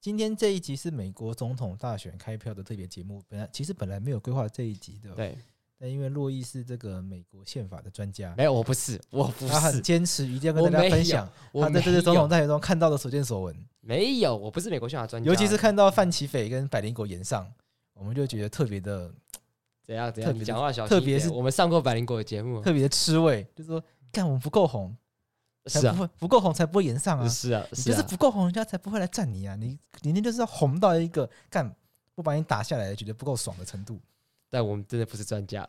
今天这一集是美国总统大选开票的特别节目，本来其实本来没有规划这一集的，对，但因为洛伊是这个美国宪法的专家，没有，我不是，我哎不他很是，坚持一定要我跟大没家有分享我他在没这次总有统大选中看到的所见所闻，没有，我不是美国宪法啊专家，尤其是看到范奇斐跟百灵果演上，我们就觉得特别的怎样特怎样，别你是讲话小心特一别点是我们上过百灵果的节目，特别的吃味，就是说，干我们不够红，才是啊不，会不够红才不会演上啊，是啊，你是就是啊，不够红，人家才不会来赞你啊，你你那就是要红到一个干不把你打下来觉得不够爽的程度，但我们真的不是专家，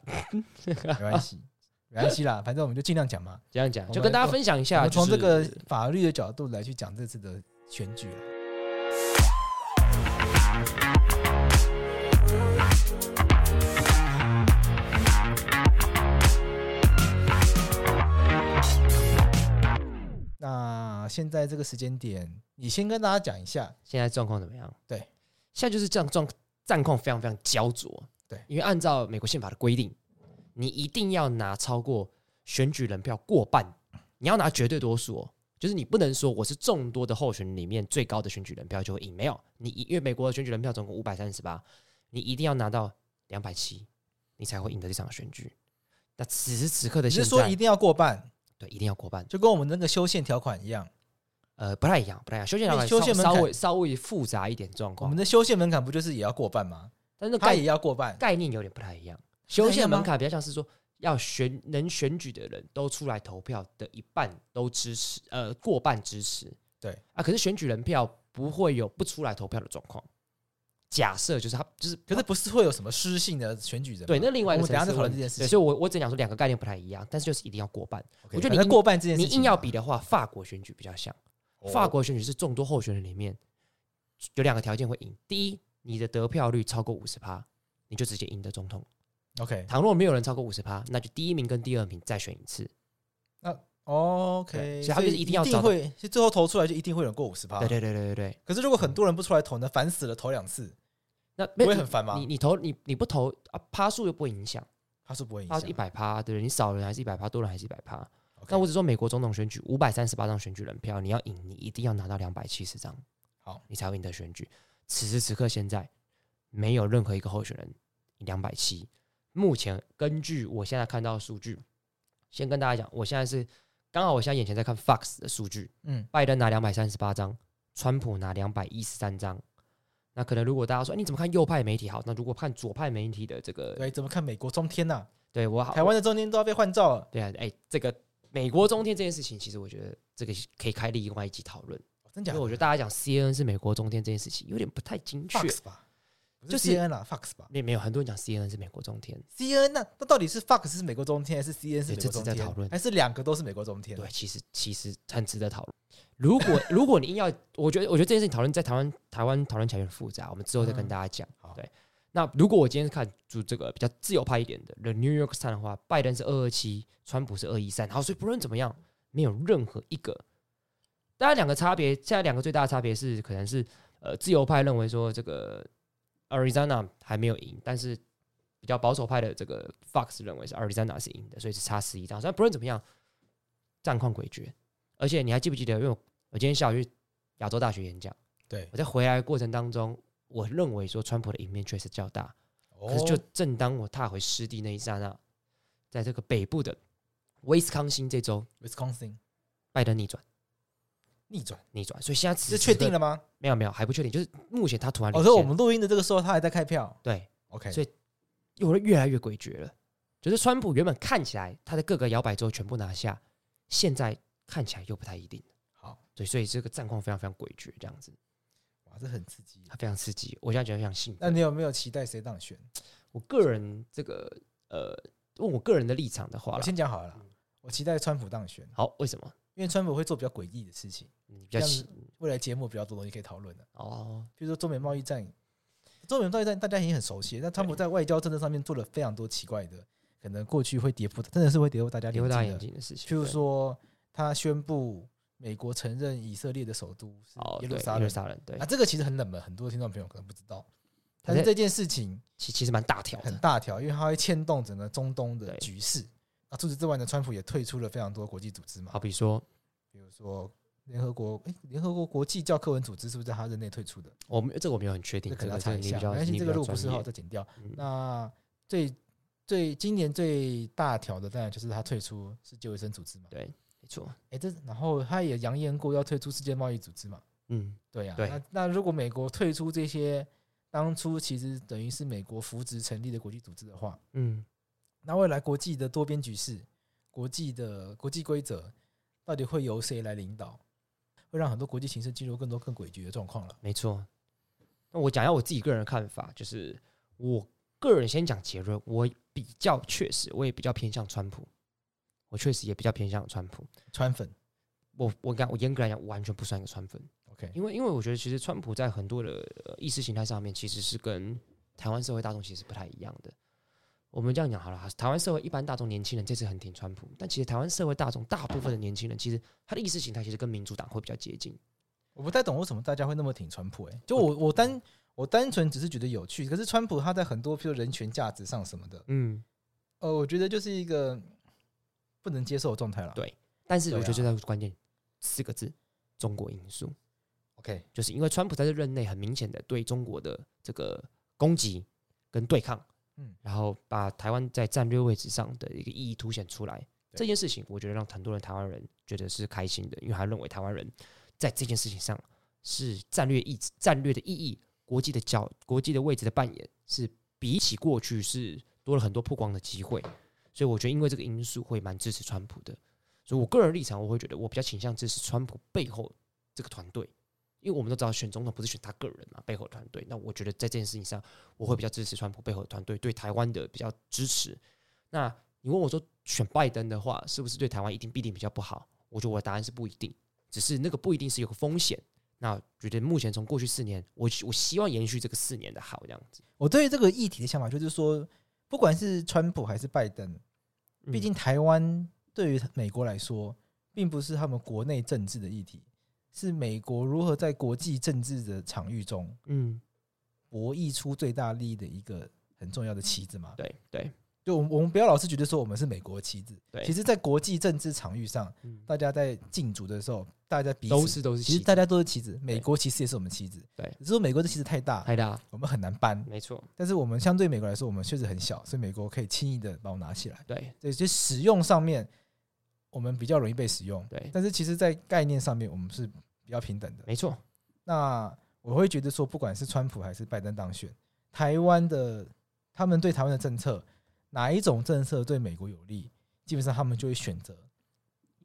没关系，没关系啦，反正我们就尽量讲嘛。这样讲我就们跟大家分享一我下，们从啊就是这个法律的角度来去讲这次的选举了。那现在这个时间点，你先跟大家讲一下，现在状况怎么样？对，现在就是这样状战况非常非常焦灼。对因为按照美国宪法的规定，你一定要拿超过选举人票过半，你要拿绝对多数、哦，就是你不能说我是众多的候选人里面最高的选举人票就会赢，没有，你一因为美国的选举人票总共五百三十八，你一定要拿到两百七，你才会赢得这场选举。那此时此刻的只现是在，说一定要过半，对一定要过半，就跟我们那个修宪条款一样，呃，不太一样，不太一样。修宪条款因为修宪稍稍门槛微稍微复杂一点状我况们，的修宪门槛不就是也要过半吗？但是概它也要过半，概念有点不太一太样。一样修宪吗门槛比较像是说，要选能选举的人都出来投票的一半都支持，呃，过半支持。对啊，可是选举人票不会有不出来投票的状况。假设就是他就是，可是不是会有什么失信的选举人吗？对，那另外一我个们等一下再层次讨论问这题件事对，情。所以我我只能讲说两个概念不太一样，但是就是一定要过半。我觉得反你正硬过半这件你事情，硬要比的话，法国选举比较像。哦法国选举是众多候选人里面有两个条件会赢，第一，你的得票率超过五十趴，你就直接赢得总统。 OK 倘若没有人超过五十趴，那就第一名跟第二名再选一次。哦 OK，对所以他就是一定要找到会，就最后投出来就一定会有人过五十趴。对对对对对对，可是如果很多人不出来投呢，烦死了，投两次那不不会很烦吗你？你投你你不投啊，趴数又不会影响，他是不会影趴响一。百趴，对不对？你少人还是一百趴，多人还是一百趴。 OK 那我只说美国总统选举五百三十八张选举人票，你要赢，你一定要拿到两百七十张，好，你才会赢得选举。此时此刻，现在没有任何一个候选人两百七。目前根据我现在看到的数据，先跟大家讲，我现在是刚好我现在眼前在看 Fox 的数据，嗯，拜登拿两百三十八张，川普拿两百一十三张。那可能如果大家说，哎，你怎么看右派媒体好？那如果看左派媒体的这个，对，怎么看美国中天呐？对我好，台湾的中天都要被换照了，对啊，哎，这个美国中天这件事情，其实我觉得这个可以开另外一集讨论，真假因的？为我觉得大家讲 CNN 是美国中天这件事情有点不太精确。 Fox 吧，不就是是 CNN 啦，Fox 啊吧没没有很多人讲 CNN 是美国中天， ，CNN 那那到底是 Fox 是美国中天还是 CNN 是美国对这中是在讨天？论还是两个都是美国中天？对，，其实其实很值得讨论。如果 如果你硬要，我觉得我觉得这件事情讨论在台湾台湾讨论起来有点复杂，我们之后再跟大家讲。好对，那如果我今天是看就这个比较自由派一点的《The New York Times》的话，拜登是二二七，川普是二一三，好，所以不论怎么样，没有任何一个。当然，两个差别，现在两个最大的差别是，可能是呃，自由派认为说这个 Arizona 还没有赢，但是比较保守派的这个 Fox 认为是 Arizona 是赢的，所以是差十一张。但不论怎么样，战况诡谲。而且你还记不记得，因为我我今天下午去亚洲大学演讲，对，我在回来的过程当中，我认为说川普的赢面确实较大，可是就哦正当我踏回湿地那一刹那，在这个北部的威斯康星这周， Wisconsin 拜登逆转，逆转，逆转，所以现在是确定了了吗？没有？没有，还不确定，就是目前他突然哦，领所以我先们录音的这个时候，他还在开票。对 OK，所以有了越来越诡谲了。就是川普原本看起来他的各个摇摆州全部拿下，现在看起来又不太一定。好，对，所以这个战况非常非常诡谲，这样子，哇，这很刺激。它非常刺激。我现在觉得非常兴那奋。你有没有期待谁当选？我个人这个呃，问我个人的立场的话我啦，先讲好了啦，我期待川普当选，好，为什么？因因为川普会做比较诡异的事情。你比较这样喜未来节目比较多东西可以讨论的，哦，比如说中美贸易战，中美贸易战大家已经很熟悉，但川普在外交政策上面做了非常多奇怪的，可能过去会跌破，真的是会跌破大家留大眼睛的。睛的事情。譬如对，说，他宣布美国承认以色列的首都是哦，耶对，路耶撒路冷，撒冷，对啊，，这个其实很冷门，很多听众朋友可能不知道，他但是在这件事情其其实蛮大条很的，大条，因为它会牵动整个中东的对局势。啊，除此之外呢，川普也退出了非常多国际组织嘛好，比说比如说联合国，哎，联合国国际教科文组织是不是在他任内退出的？我们这个我没有很确定，这可这能要个查这个一你下比。较但是你这比个较如果专不是的话，业再。剪掉。嗯那最最今年最大条的当然就是他退出世界卫生组织嘛。对，没错，哎，这然后他也扬言过要退出世界贸易组织嘛。嗯，对呀、对那那如果美国退出这些当初其实等于是美国扶植成立的国际组织的话，嗯，那未来国际的多边局势、国际的国际规则到底会由谁来领导？会让很多国际形势进入更多更诡谲的状况了。没错。那我讲一下我自己个人的看法，就是我个人先讲结论，我比较确实，我也比较偏向川普，我确实也比较偏向川普。川粉我我刚我严格来讲，我完全不算一个川粉， ，OK，因为因为我觉得其实川普在很多的呃意识形态上面，其实是跟台湾社会大众其实不太一样的。我们这样讲好了，台湾社会一般大众年轻人这次很挺川普，但其实台湾社会大众大部分的年轻人，其实他的意识形态其实跟民主党会比较接近。我不太懂为什么大家会那么挺川普、欸。就我我单我单纯只是觉得有趣，可是川普他在很多譬如人权价值上什么的，嗯，呃，我觉得就是一个不能接受的状态了。对但是对我觉得啊最大的关键四个字：中国因素。 ，OK，就是因为川普在这任内很明显的对中国的这个攻击跟对抗，嗯嗯，然后把台湾在战略位置上的一个意义凸显出来。对这件事情，我觉得让很多人台湾人觉得是开心的，因为他认为台湾人在这件事情上是战略意战略的意义、国际的角、国际的位置的扮演是比起过去是多了很多曝光的机会，所以我觉得因为这个因素会蛮支持川普的。所以我个人立场，我会觉得我比较倾向支持川普背后这个团队，因为我们都知道选总统不是选他个人嘛，背后的团队。那我觉得在这件事情上，我会比较支持川普背后的团队对台湾的比较支持。那你问我说选拜登的话，是不是对台湾一定必定比较不好？我觉得我的答案是不一定，只是那个不一定是有个风险。那觉得目前从过去四年，我我希望延续这个四年的好这样子。我对于这个议题的想法就是说，不管是川普还是拜登，嗯毕竟台湾对于美国来说，并不是他们国内政治的议题，是美国如何在国际政治的场域中嗯，博弈出最大利益的一个很重要的棋子嘛。对对，就我们我们不要老是觉得说我们是美国的棋子，对其实，在国际政治场域上，嗯，大家在竞逐的时候，大家彼此都是都是其实棋大家都是棋子，美国其实也是我们棋子，对只是说美国的棋子太大，太大，我们很难搬，没错，但是我们相对美国来说，我们确实很小，所以美国可以轻易的把我们拿起来，对对，就使用上面我们比较容易被使用，对，但是其实，在概念上面我们是比较平等的。没错，那我会觉得说，不管是川普还是拜登当选，台湾的他们对台湾的政策，哪一种政策对美国有利，基本上他们就会选择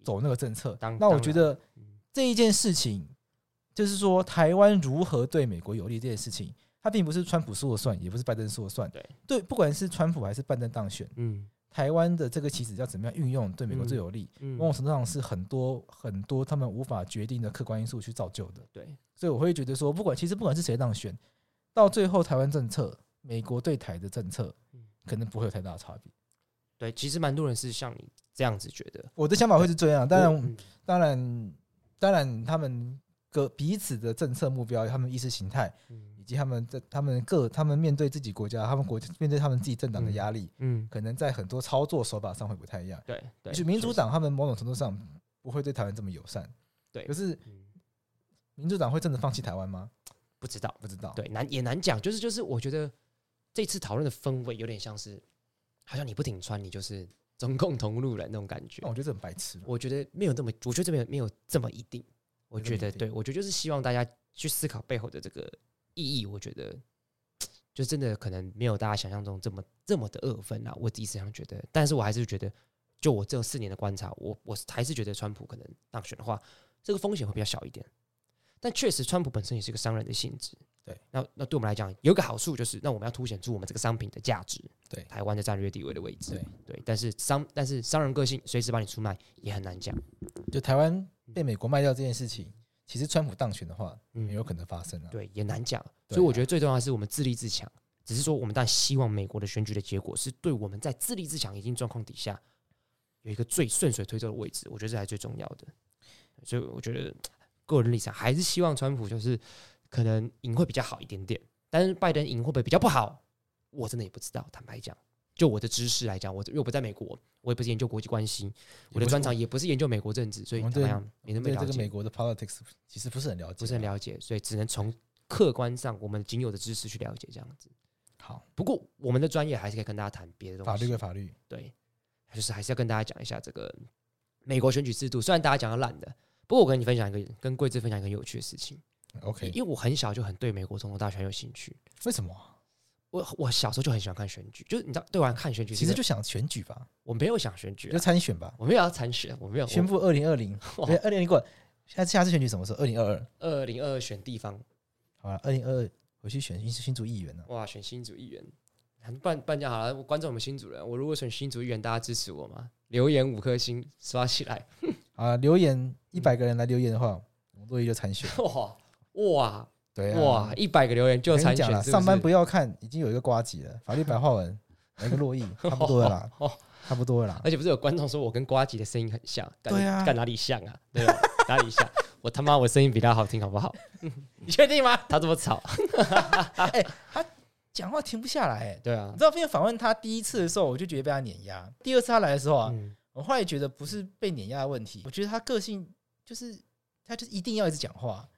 走那个政策当。那我觉得嗯这一件事情，就是说台湾如何对美国有利这件事情，它并不是川普说了算，也不是拜登说了算。对对，不管是川普还是拜登当选，嗯台湾的这个棋子要怎么样运用对美国最有利，嗯某种程度上是很多很多他们无法决定的客观因素去造就的。对，所以我会觉得说，不管其实不管是谁当选，到最后台湾政策，美国对台的政策嗯，可能不会有太大的差别。对，其实蛮多人是像你这样子觉得。我的想法会是这样，当我然嗯，当然，当然，他们各彼此的政策目标、他们意识形态，以嗯及他们在他们各他们面对自己国家、他们国面对他们自己政党的压力，嗯，可能在很多操作手法上会不太一样。对对，就民主确实，党他们某种程度上不会对台湾这么友善，对可是嗯，民主党会真的放弃台湾吗？不知道，不知道。对，难也难讲，就是就是，我觉得这次讨论的氛围有点像是，好像你不挺川，你就是中共同路人那种感觉那。我觉得这很白痴。我觉得没有这么，我觉得这边没有这么一定。我没有这么觉一得，定对我觉得就是希望大家去思考背后的这个意义。我觉得，就真的可能没有大家想象中这么这么的二分啊。我自己是这样觉得，但是我还是觉得，就我这四年的观察，我我还是觉得川普可能当选的话，这个风险会比较小一点。但确实，川普本身也是一个商人的性质。对，那那对我们来讲，有一个好处就是，那我们要凸显出我们这个商品的价值，对台湾的战略地位的位置，对对。但是商但是商人个性随时把你出卖也很难讲。就台湾被美国卖掉这件事情，其实川普当选的话，嗯也有可能发生啊。对，也难讲。对所以我啊觉得最重要的是我们自立自强，只是说我们当然希望美国的选举的结果是对我们在自立自强已经状况底下有一个最顺水推舟的位置，我觉得这才最重要的。所以我觉得个人立场还是希望川普就是可能赢会比较好一点点，但是拜登赢会不会比较不好，我真的也不知道。坦白讲，就我的知识来讲，我又不在美国，我也不是研究国际关系，我的专长也不是研究美国政治，所以我们怎么对样，没那么对了这个解美。国的 politics 其实不是很了解啊，不是很了解，所以只能从客观上我们仅有的知识去了解这样子。好，不过我们的专业还是可以跟大家谈别的东西，法律归法律，对，就是还是要跟大家讲一下这个美国选举制度。虽然大家讲的烂的，不过我跟你分享一个，跟桂枝分享一个很有趣的事情， OK，因为我很小就很对美国总统大选有兴趣。为什么啊？我我小时候就很喜欢看选举，就是你知道，对我来看选举是其一个，实就想选举吧，我没有想选举就啊、参选吧，我没有要参选，我没有宣布二零二零，对，二零零过了，下次下次选举什么时候？二零二二，二零二选地方，好了，二零二二我去选新新竹议员了。哇，选新竹议员，不然不然这样好了，观众我们新主人，我如果选新竹议员，大家支持我吗？留言五颗星刷起来，好了，留言一百个人来留言的话，我们洛伊就参 选。哇哇对啊，哇，一百个留言就我跟参你讲选了，，是上班不不要看，已经有一个瓜吉了，法律白话文，来个 洛伊，差不多了啦，好，差不多了啦。而且不是有观众说我跟瓜吉的声音很像，干对啊干哪里像啊？对啊，哪里像？我他妈我声音比他好听，好不好？ 你确定吗？他这么吵，讲话停不下来、欸，对啊你，知道，因为访问他第一次的时候，我就觉得被他碾压；第二次他来的时候啊，嗯我后来觉得不是被碾压的问题，我觉得他个性就是他就是一定要一直讲话，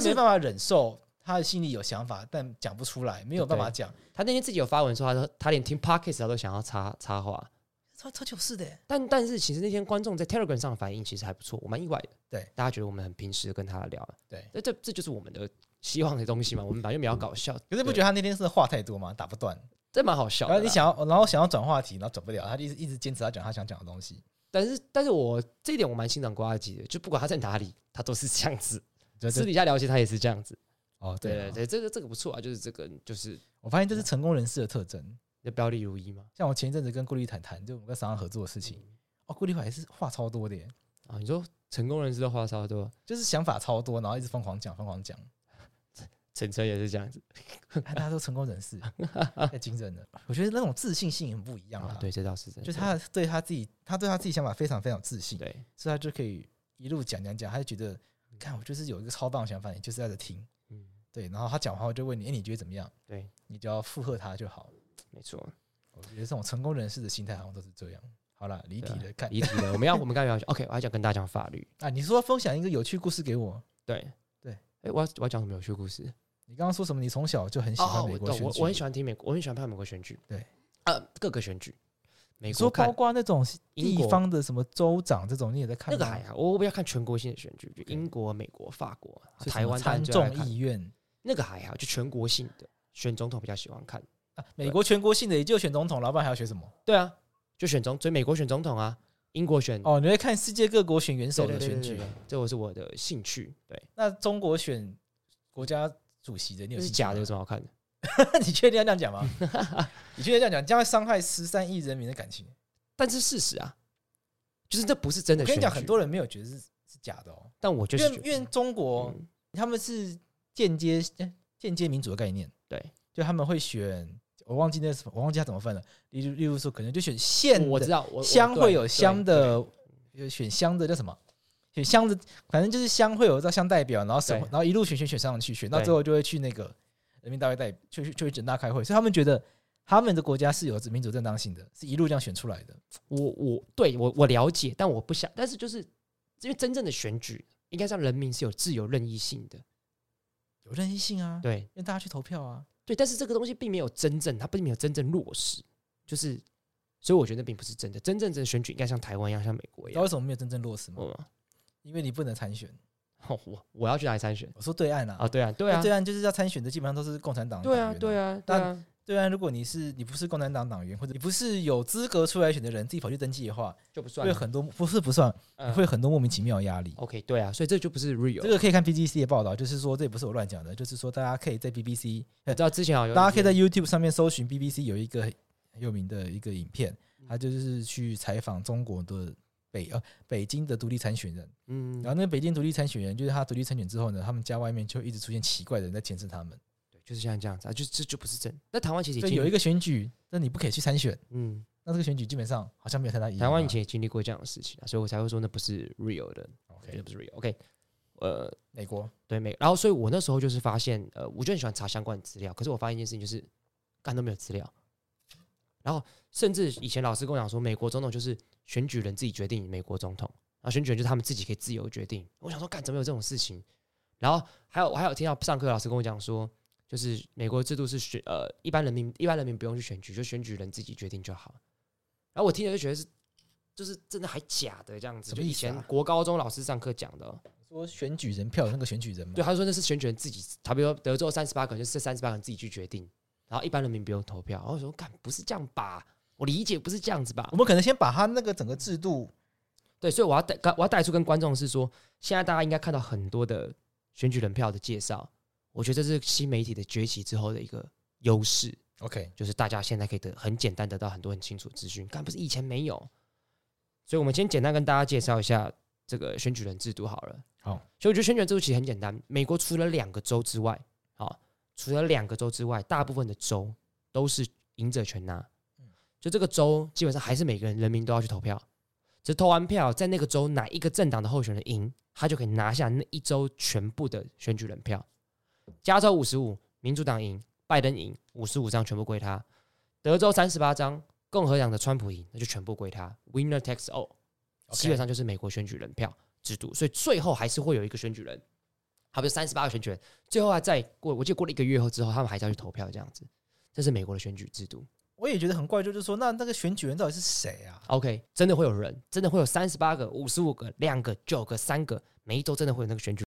但是是没有办法忍受他的心里有想法，但讲不出来，没有办法对讲，他那天自己有发文说，他说他连听 podcast 他都想要插插话，超超糗事的欸、但但是其实那天观众在 Telegram 上的反应其实还不错，我蛮意外的。对，大家觉得我们很平时地跟他聊，啊对这这这就是我们的希望的东西嘛。我们本来就嗯比较搞笑，可是不觉得得他那天是话太多吗？打不断，这蛮好笑然后的你啦。想要，然后想要转话题，然后转不了，他就一直一直坚持他讲他想讲的东西。但是但是我这一点我蛮欣赏郭阿吉的，就不管他在哪里，他都是这样子。就私就底下聊天他也是这样子。哦，对对对啊对，这个这个不错啊，就是这个就是我发现这是成功人士的特征。那标利如一嘛。像我前一阵子跟顾立坦谈，就我们跟商上合作的事情，嗯哦，顾立坦也是话超多的耶，啊，你说成功人士的话差不多，就是想法超多，然后一直疯狂讲，疯狂讲，陈晨也是这样子看大家都成功人 士，太惊人了。我觉得那种自信心很不一样啊啊。。，对，这倒是真就的。他对他自己，他对他自己想法非常非常自信，对所以他就可以一路讲讲讲，他就觉得，看我就是有一个超棒的想法，你就是在这听。嗯对，然后他讲话我就问你，哎，你觉得怎么样？对，你就要附和他就好。没错。我觉得这种成功人士的心态好像都是这样。好了，离题对啊了，看离题了，我们要我们刚才要 OK，我还想跟大家讲法律。啊，你说分享一个有趣故事给我。对 对哎、我要我要讲什么有趣故事？你刚刚说什么？你从小就很喜哦，欢哦美我国懂选我举，我很喜欢听美国，我很喜欢看美国选举。对，呃，各个选举，美你国说包看括那种英地国方的什么州长这种，你也在看那个吗还好，我我比较看全国性的选举，就 OK 英国、美国、法国、啊是什台么湾、参当然众最爱看议院那个还好，就全国性的选总统比较喜欢看。啊，美国全国性的也就选总统，老板还要选什么？对啊，就选总，所以美国选总统啊，英国选哦，你会看世界各国选元对首对的对选对举对，对这我是我的兴趣。对，那中国选国家主席的，你这有是兴趣假的，有吗？什么好看的？ 你确定要这样讲 吗？你确定要这样讲，将会伤害十三亿人民的感情。但是事实啊，就是这不是真的我选跟举。你讲，很多人没有觉得是是假的哦，但我就因是为觉因为中得国嗯他们是间接呃间接民主的概念，对，就他们会选，我忘记那是什么，我忘记他怎么分了。例如例如说，可能就选县我知的道，我乡会有乡乡的，有选乡的叫什么？选乡的，反正就是乡会有到乡代表，然后省会对，然后一路选选选上去，选到对最后就会去那个人民大会代，就去就去人大开会，所以他们觉得他们的国家是有民主正当性的，是一路这样选出来的。我我对我我了解，但我不想，但是就是因为真正的选举，应该让人民是有自由任意性的，有任意性啊，对让大家去投票啊。对，但是这个东西并没有真正，它并没有真正落实，就是，所以我觉得并不是真的，真正的选举应该像台湾一样，像美国你一知道样为，什么没有真正落实吗？我吗、因为你不能参选。哦我我要去哪里参选我说对岸啊，啊？对啊，对那啊对，岸就是要参选的，基本上都是共产党的对党啊，员对啊，对但啊，对啊，如果你是你不是共产党党员，或者你不是有资格出来选的人，自己跑去登记的话，就不算会有了，很多不是不算，嗯会有很多莫名其妙的压力。 OK，对啊，所以这就不是 real。这个可以看 BBC 的报道，就是说这也不是我乱讲的，就是说大家可以在 BBC，你知道之前啊，有大家可以在一 YouTube 上面搜寻嗯 BBC 有一个很有名的一个影片，它就是去采访中国的北呃北京的独立参选人，嗯，然后那个北京独立参选人就是他独立参选之后呢，他们家外面就一直出现奇怪的人在监视他们。对，就是像这样子啊，就这就不是真。那台湾其实也对，经历有一个选举，但你不可以去参选，嗯，那这个选举基本上好像没有太大意义嘛。台湾以前也经历过这样的事情啊，所以我才会说那不是 real 的，真 OK，的不是 real。OK，呃，啊美国对，美，然后所以我那时候就是发现，呃，我就很喜欢查相关的资料，可是我发现一件事情就是，干都没有资料。然后甚至以前老师跟我讲说，美国总统就是选举人自己决定美国总统，然后选举人就是他们自己可以自由决定。我想说，干怎么有这种事情？然后还有我还有听到上课老师跟我讲说，就是美国制度是选呃一般人民一般人民不用去选举，就选举人自己决定就好。然后我听着就觉得是就是真的还假的这样子，什么就以意思前啊国高中老师上课讲的哦、说选举人票有那个选举人嘛，对，他说那是选举人自己，他比如说德州三十八个人，就是三十八个人自己去决定，然后一般人民不用投票。然后我说，干不是这样吧？我理解不是这样子吧我？们可能先把他那个整个制度，对，所以我要带，我要带出跟观众是说，现在大家应该看到很多的选举人票的介绍，我觉得这是新媒体的崛起之后的一个优势， OK，就是大家现在可以得很简单得到很多很清楚的资讯，干不是以前没有。所以我们先简单跟大家介绍一下这个选举人制度好了。好，所以我觉得选举制度其实很简单。美国除了两个州之外，啊、除了两个州之外，大部分的州都是赢者全拿。就这个州基本上还是每个人人民都要去投票，只是投完票，在那个州哪一个政党的候选人赢，他就可以拿下那一州全部的选举人票。加州五十五，民主党赢，拜登赢，五十五张全部归他；德州三十八张，共和党的川普赢，那就全部归他。Winner takes all。基本上就是美国选举人票制度，所以最后还是会有一个选举人，好比三十八个选举人，最后还在过，我记得过了一个月后之后，他们还是要去投票这样子，这是美国的选举制度。我也觉得很怪，就是说那那个选举人到底是谁啊？ OK，真的会有人，真的会有三十八个、五十五个、两个、九个、三个，每一周真的会有那个选举。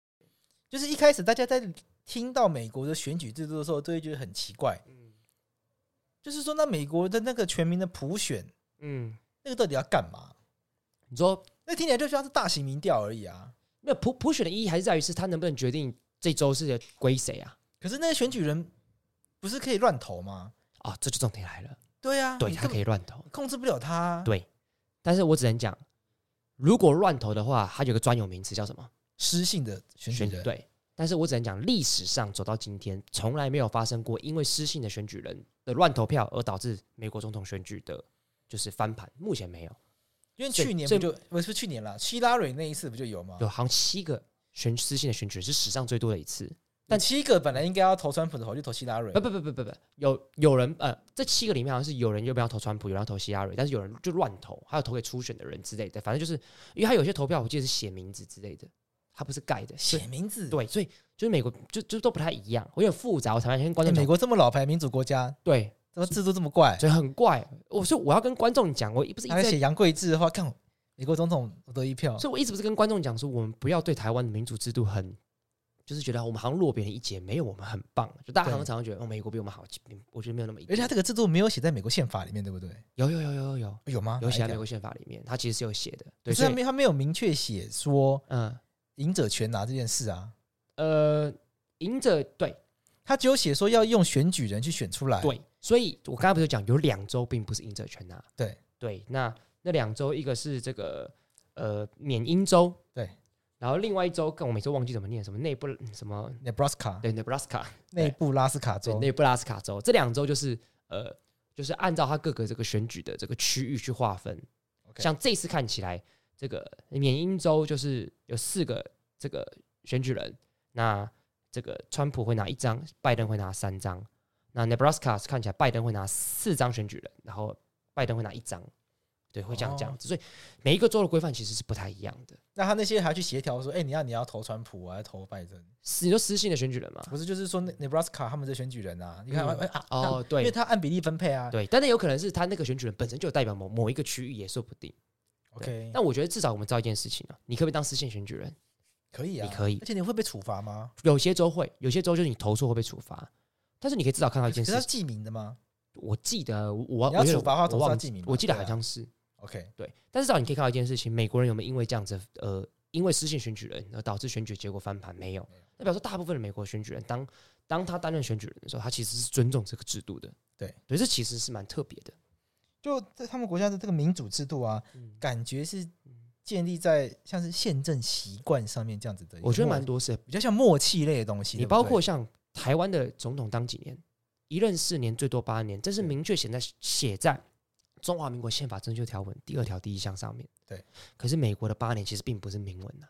就是一开始大家在听到美国的选举制度的时候，都会觉得很奇怪，就是说那美国的那个全民的普选，嗯，那个到底要干嘛？你说那听起来就像是大型民调而已啊。那普普选的意义还是在于是他能不能决定这周是归谁啊？可是那些选举人不是可以乱投吗？啊、这就重点来了，对啊，对你他根可本以乱投，控制不了他啊。对，但是我只能讲，如果乱投的话，它有个专有名词叫什么？失信的选举选举人，对，但是我只能讲，历史上走到今天，从来没有发生过因为失信的选举人的乱投票而导致美国总统选举的，就是翻盘，目前没有。因为所以去年所不以就不是去年啦，希拉蕊那一次不就有吗？有好像七个选失信的选举人是史上最多的一次。但七个本来应该要投川普的，我就投希拉蕊呃不。不不不不不，有有人呃，这七个里面好像是有人又不要投川普，有人要投希拉蕊，但是有人就乱投，还有投给初选的人之类的，反正就是因为他有些投票我记得是写名字之类的，他不是盖的，所以写名字，对，所以就是美国就就都不太一样，有点复杂。我才发现观哎众美国这么老牌民主国家，对这个制度这么怪，所以很怪。我所以我要跟观众讲，我不是一他在直在写杨贵志的话，看我美国总统我得一票，所以我一直不是跟观众讲说，我们不要对台湾的民主制度很，就是觉得我们好像落别人一截，没有我们很棒。就大家好像对常常觉得，哦，美国比我们好，我觉得没有那么一定。而且他这个制度没有写在美国宪法里面，对不对？有有有有有有有吗？有写哪在美一条国，宪法里面，它其实是有写的。对，哎啊可是所他以没他没有明确写说嗯赢者全拿这件事啊，呃，赢者对他只有写说要用选举人去选出来。对，所以我刚才不是讲有两周并不是赢者全拿。对对，那那两周一个是这个呃缅因州，对，然后另外一周，跟我每次忘记怎么念，什么内布什么 Nebraska 对 Nebraska。内布拉斯卡对，州，内布拉斯卡州这两州就是呃，就是按照它各个这个选举的这个区域去划分。 OK 像这次看起来，这个缅因州就是有四个这个选举人，那这个川普会拿一张，拜登会拿三张。那 Nebraska 是看起来拜登会拿四张选举人，然后拜登会拿一张，对，会这样这样子。所以每一个州的规范其实是不太一样的。那他那些还要去协调说，哎、你要你要投川普，我要投拜登，是你说私信的选举人嘛？不是就是说 Nebraska 他们的选举人啊，你看、嗯哎啊，哦，因为对他按比例分配啊。对，但那有可能是他那个选举人本身就有代表某某一个区域，也说不定。对 OK，但我觉得至少我们知道一件事情啊，你可不可以当私信选举人？可以啊，你可以而且你会被处罚吗？有些州会，有些州就是你投错会被处罚，但是你可以至少看到一可件是事他情。记名的吗我记得我我你要我有点处罚的话我总是要忘记名吧我记得对啊好像是？OK，对，但至少你可以看到一件事情：美国人有没有因为这样子呃，因为失信选举人而导致选举结果翻盘？没有，那表示大部分的美国选举人当当他担任选举人的时候，他其实是尊重这个制度的。对对，这其实是蛮特别的。就在他们国家的这个民主制度啊，嗯感觉是建立在像是宪政习惯上面这样子的一个默，我觉得蛮多是，比较像默契类的东西。你对不对包括像台湾的总统当几年，一任四年最多八年，这是对明确写在写在中华民国宪法征修条文第二条第一项上面。对，可是美国的八年其实并不是明文呐、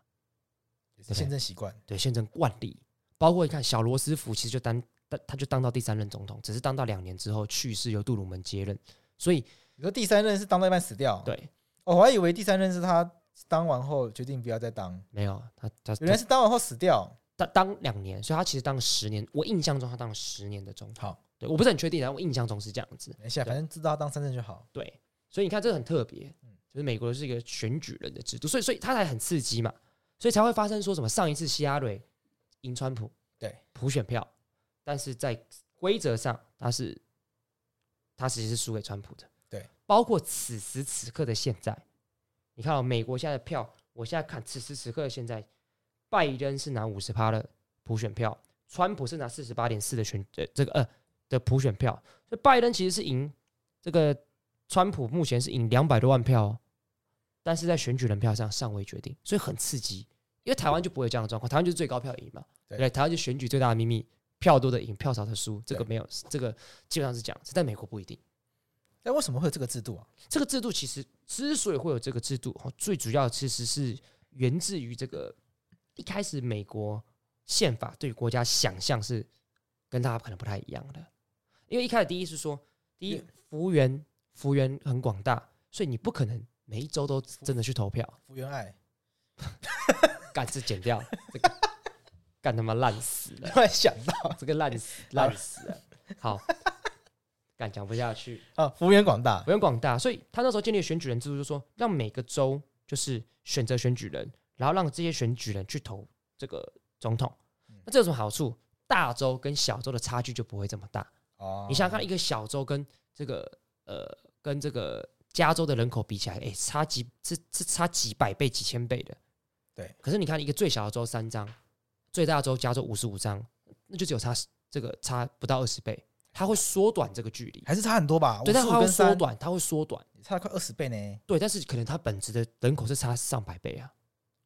也是宪政习惯，对，宪政惯例，包括你看小罗斯福其实就当当他就当到第三任总统，只是当到两年之后去世，由杜鲁门接任。所以你说第三任是当到一半死掉，对，哦，我还以为第三任是他当完后决定不要再当，没有他他原来是当完后死掉。他当两年，所以他其实当了十年。我印象中他当了十年的总统，好，对，我不是很确定啊，我印象中是这样子。没事啊，反正知道他当三任就好。对，所以你看这很特别嗯，就是美国是一个选举人的制度，所以所以它才很刺激嘛，所以才会发生说什么上一次希拉蕊赢川普，对普选票，但是在规则上他是他其实是输给川普的，对，包括此时此刻的现在，你看、哦、美国现在的票，我现在看此时此刻的现在，拜登是拿五十趴的普选票，川普是拿四十八点四的选呃这个呃的普选票，所以拜登其实是赢这个川普目前是赢两百多万票、哦，但是在选举人票上尚未决定，所以很刺激。因为台湾就不会有这样的状况，台湾就是最高票赢嘛，对对，台湾就选举最大的秘密，票多的赢，票少的输，这个对没有，这个基本上是这样子，在美国不一定。但哎为什么会有这个制度啊？这个制度其实之所以会有这个制度，哦最主要其实是源自于这个一开始美国宪法对于国家想象是跟大家可能不太一样的，因为一开始第一是说，第一对服务员服务员很广大，所以你不可能每一周都真的去投票，福原爱，干这剪掉，这个干他妈烂死 了，突然想到这个烂死烂死了，好，干讲不下去。啊，福原广大幅员广大，所以他那时候建立选举人制度，就说让每个州就是选择选举人，然后让这些选举人去投这个总统嗯。那这有什么好处？大州跟小州的差距就不会这么大。哦，你想想看，一个小州跟这个呃跟这个加州的人口比起来，哎、差几是是差几百倍、几千倍的。对。可是你看，一个最小的州三张，最大的州加州五十五张，那就只有差10这个差不到二十倍，它会缩短这个距离。还是差很多吧？对，但55它会跟缩三短，它会缩短。差快二十倍呢。对，但是可能它本质的人口是差上百倍啊，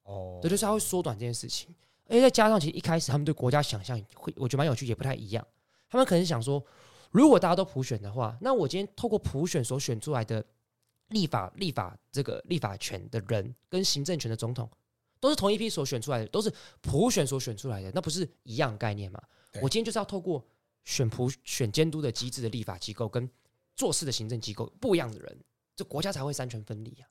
哦对，就是它会缩短这件事情。而且再加上，其实一开始他们对国家想象会，我觉得蛮有趣，也不太一样。他们可能想说，如果大家都普选的话，那我今天透过普选所选出来的立法、立法这个立法权的人跟行政权的总统，都是同一批所选出来的，都是普选所选出来的，那不是一样概念吗？对我今天就是要透过选普选监督的机制的立法机构跟做事的行政机构不一样的人，这国家才会三权分立啊。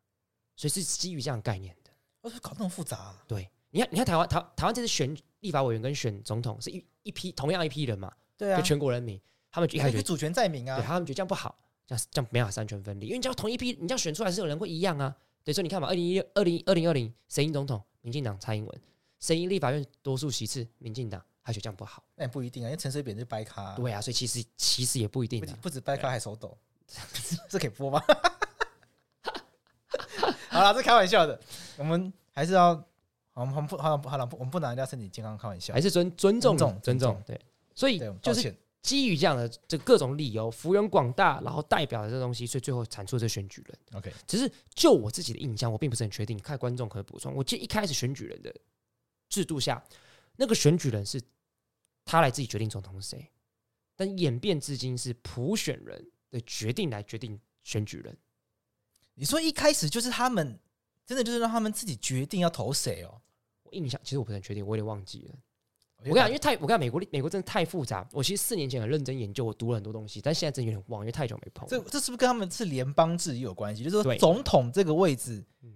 所以是基于这样的概念的。为什么搞那么复杂啊？对，你看，你看台湾台台湾这次选立法委员跟选总统是一一批同样一批人嘛，对啊就，全国人民，他们就一开一始觉个得主权在民对啊，他们觉得这样不好，这样这样没法三权分立，因为你只要同一批，你这样选出来是有人会一样啊。对，所以你看嘛，二零一二零二零二零谁赢总统？民进党蔡英文，谁赢立法院多数席次？民进党，他觉得这样不好。那也不一定啊，因为陈水扁就掰咖啊，对啊，所以其实其实也不一定不啊。不止掰咖还手抖， 这可以播吗？好啦，这开玩笑的，我们还是要，我们不，好了，好了，不我们不拿人家身体健康开玩笑还，是尊尊重尊啊重尊尊重重，对。所以对，我们就道是歉，基于这样的这各种理由，幅员广大，然后代表的这东西，所以最后产出这选举人。 OK 只是就我自己的印象，我并不是很确定，看观众可以补充。我记得一开始选举人的制度下，那个选举人是他来自己决定总统是谁，但演变至今是普选人的决定来决定选举人。你说一开始就是他们，真的就是让他们自己决定要投谁哦。我印象其实我不是很确定，我有点忘记了。我我跟你讲，因为太我跟你讲美国美国真的太复杂。我其实四年前很认真研究，我读了很多东西，但现在真的有点忘，因为太久没碰了。这这是不是跟他们是联邦制也有关系？就是说对总统这个位置嗯，